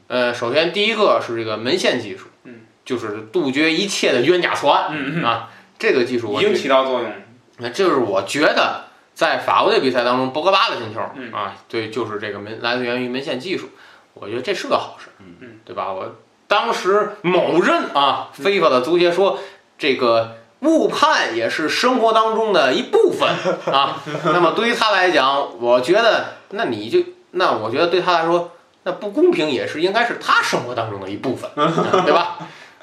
呃，首先第一个是这个门线技术，
嗯，
就是杜绝一切的冤假错案，
嗯嗯
啊，这个技术我
已
觉
经
得
起到作用了。
那就是我觉得在法国队比赛当中，博格巴的进球、
嗯
啊，对，就是这个门来自源于门线技术，我觉得这是个好事，
嗯，
对吧？我当时某任啊非法的足协说，这个误判也是生活当中的一 部分啊。那么对于他来讲，我觉得那你就那我觉得对他来说，那不公平也是应该是他生活当中的一部 分，啊对吧？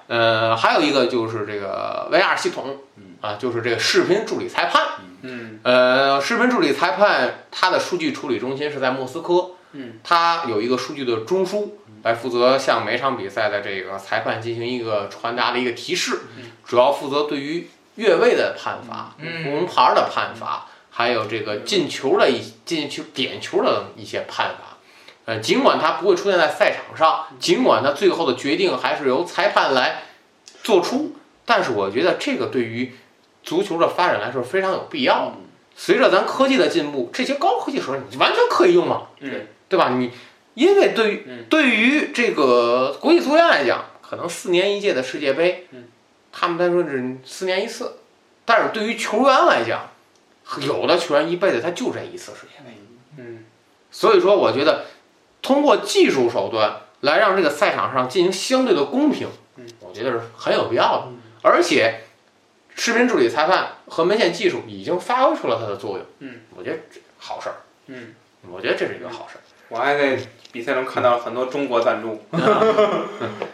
呃，还有一个就是这个 VR 系统，啊，就是这个视频助理裁判，
嗯
嗯
呃，视频助理裁判他的数据处理中心是在莫斯科，
嗯，
他有一个数据的中枢来负责向每场比赛的这个裁判进行一个传达的一个提示
嗯，
主要负责对于越位的判罚、
嗯
红牌的判罚，还有这个进球的一进球点球的一些判罚。呃，尽管它不会出现在赛场上，
嗯
尽管它最后的决定还是由裁判来做出，但是我觉得这个对于足球的发展来说非常有必要的。
嗯
随着咱科技的进步，这些高科技手段你完全可以用啊，
嗯
对吧？你因为对于、
嗯
对于这个国际足联来讲，可能四年一届的世界杯，
嗯
他们单说是四年一次，但是对于球员来讲，有的球员一辈子他就这一次世界杯，
嗯
所以说我觉得通过技术手段来让这个赛场上进行相对的公平
嗯，
我觉得是很有必要的
嗯，
而且。视频助理裁判和门线技术已经发挥出了它的作用，
嗯，
我觉得这好事儿，
嗯，
我觉得这是一个好事儿。
我还在比赛中看到了很多中国赞助，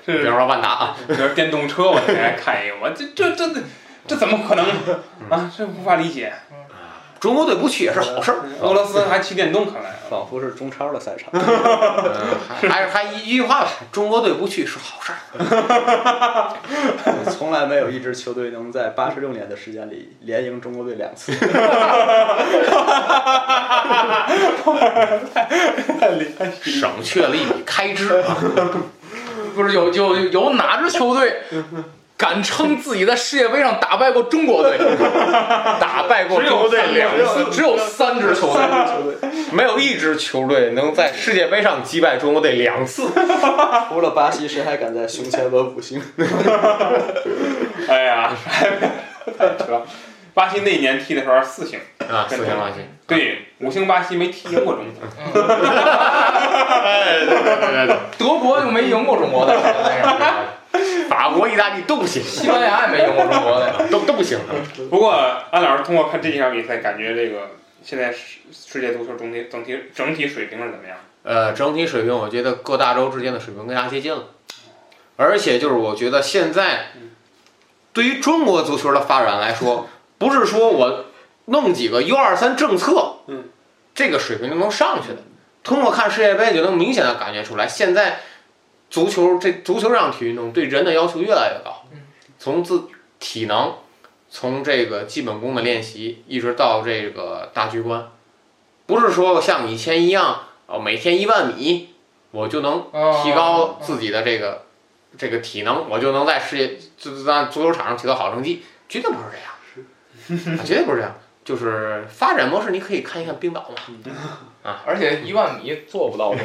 比
是
方说万达啊，
比如电动车，我才看一个，我这这这这怎么可能啊？这无法理解。
中国队不去也是好事儿。
俄罗斯还骑电动，看来
仿佛是中超的赛场。
嗯还还还一句话吧，中国队不去是好事儿。
从来没有一支球队能在八十六年的时间里连赢中国队两次。
省去了一笔开支啊，
不是有有有哪支球 队敢称自己在世界杯上打败过中 国队？打败过中国队两次，只有三支球队，
没有一支球队能在世界杯上击败中国队两次。
除了巴西，谁还敢在胸前纹五 星？
哎呀，太扯了！巴西那一年踢的时候四星，
啊，四平 八均。
对，五星巴西没踢赢过中国。
哎，对对对对对
德国就没赢过中国队，
法国、意大利都不 行，
西班牙也没赢过中国队。
都都不行。
不过安老师通过看这几场比赛，感觉这个现在世世界足球整体整体整体水平是怎么样？
呃，整体水平我觉得各大洲之间的水平更加接近了，而且就是我觉得现在
嗯
对于中国足球的发展来说， 不是说我弄几个 U 二三政策，
嗯，
这个水平就能上去的。通过看世界杯就能明显的感觉出来，现在足球这足球这项体育运动对人的要求越来越高，
嗯
从自体能，从这个基本功的练习，一直到这个大局观，不是说像以前一样。哦，每天一万米，我就能
哦
提高自己的这个、这个体能，我就能在世界就在足球场上取得好成绩，绝对不是这样，啊绝对不是这样。就是发展模式，你可以看一看冰岛嘛。
而且一万米做不到。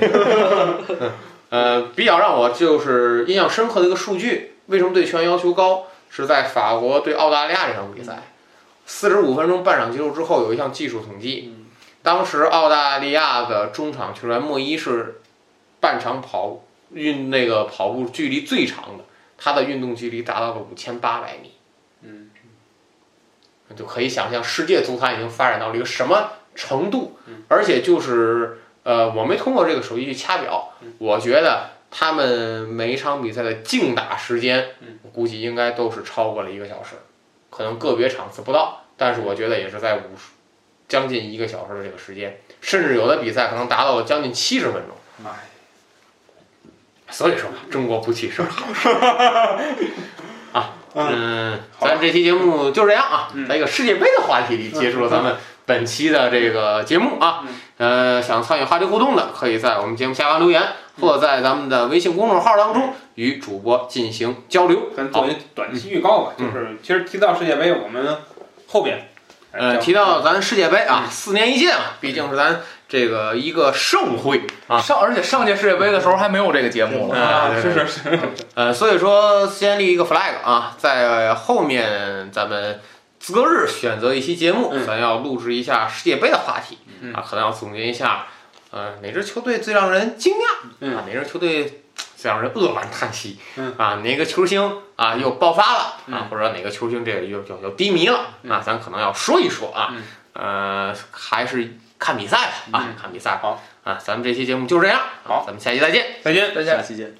呃，比较让我就是印象深刻的一个数据，为什么对球员要求高？是在法国对澳大利亚这场比赛，四十五分钟半场结束之后，有一项技术统计，当时澳大利亚的中场球员莫伊是半场跑运那个跑步距离最长的，他的运动距离达到了五千八百米，
嗯
就可以想象世界足坛已经发展到了一个什么程度
嗯。
而且就是呃，我没通过这个手机去掐表
嗯，
我觉得他们每一场比赛的竞打时间
嗯，
我估计应该都是超过了一个小时，可能个别场次不到，但是我觉得也是在五十将近一个小时的这个时间，甚至有的比赛可能达到了将近七十分钟。
妈呀！
所以说嘛，中国不去是好事啊。嗯，
好吧
咱这期节目就这样啊
嗯，
在一个世界杯的话题里结束了咱们本期的这个节目啊。
嗯
呃，想参与话题互动的，可以在我们节目下方留言，或在咱们的微信公众号当中与主播进行交流。
咱
好
做一短期预告吧，就
嗯
是其实提到世界杯，我们后边
呃，提到咱世界杯
嗯
啊，四年一届嘛，毕竟是咱这个一个盛会啊。
上而且上届世界杯的时候还没有这个节目呢。
啊
啊，
对
是
对
是是，
呃，所以说先立一个 flag 啊，在后面咱们择日选择一期节目，
嗯
咱要录制一下世界杯的话题、
嗯
啊，可能要总结一下，呃，哪支球队最让人惊讶、
嗯
啊，哪支球队最让人扼腕叹息、
嗯
啊，哪个球星啊又爆发了、啊
嗯，
或者哪个球星这个又又又低迷了、
嗯
啊，咱可能要说一说啊，
嗯
呃，还是看比赛吧啊，
嗯
看比赛
好
啊，咱们这期节目就这样，
好
咱们下期再见。
再见。
再见
下。期见。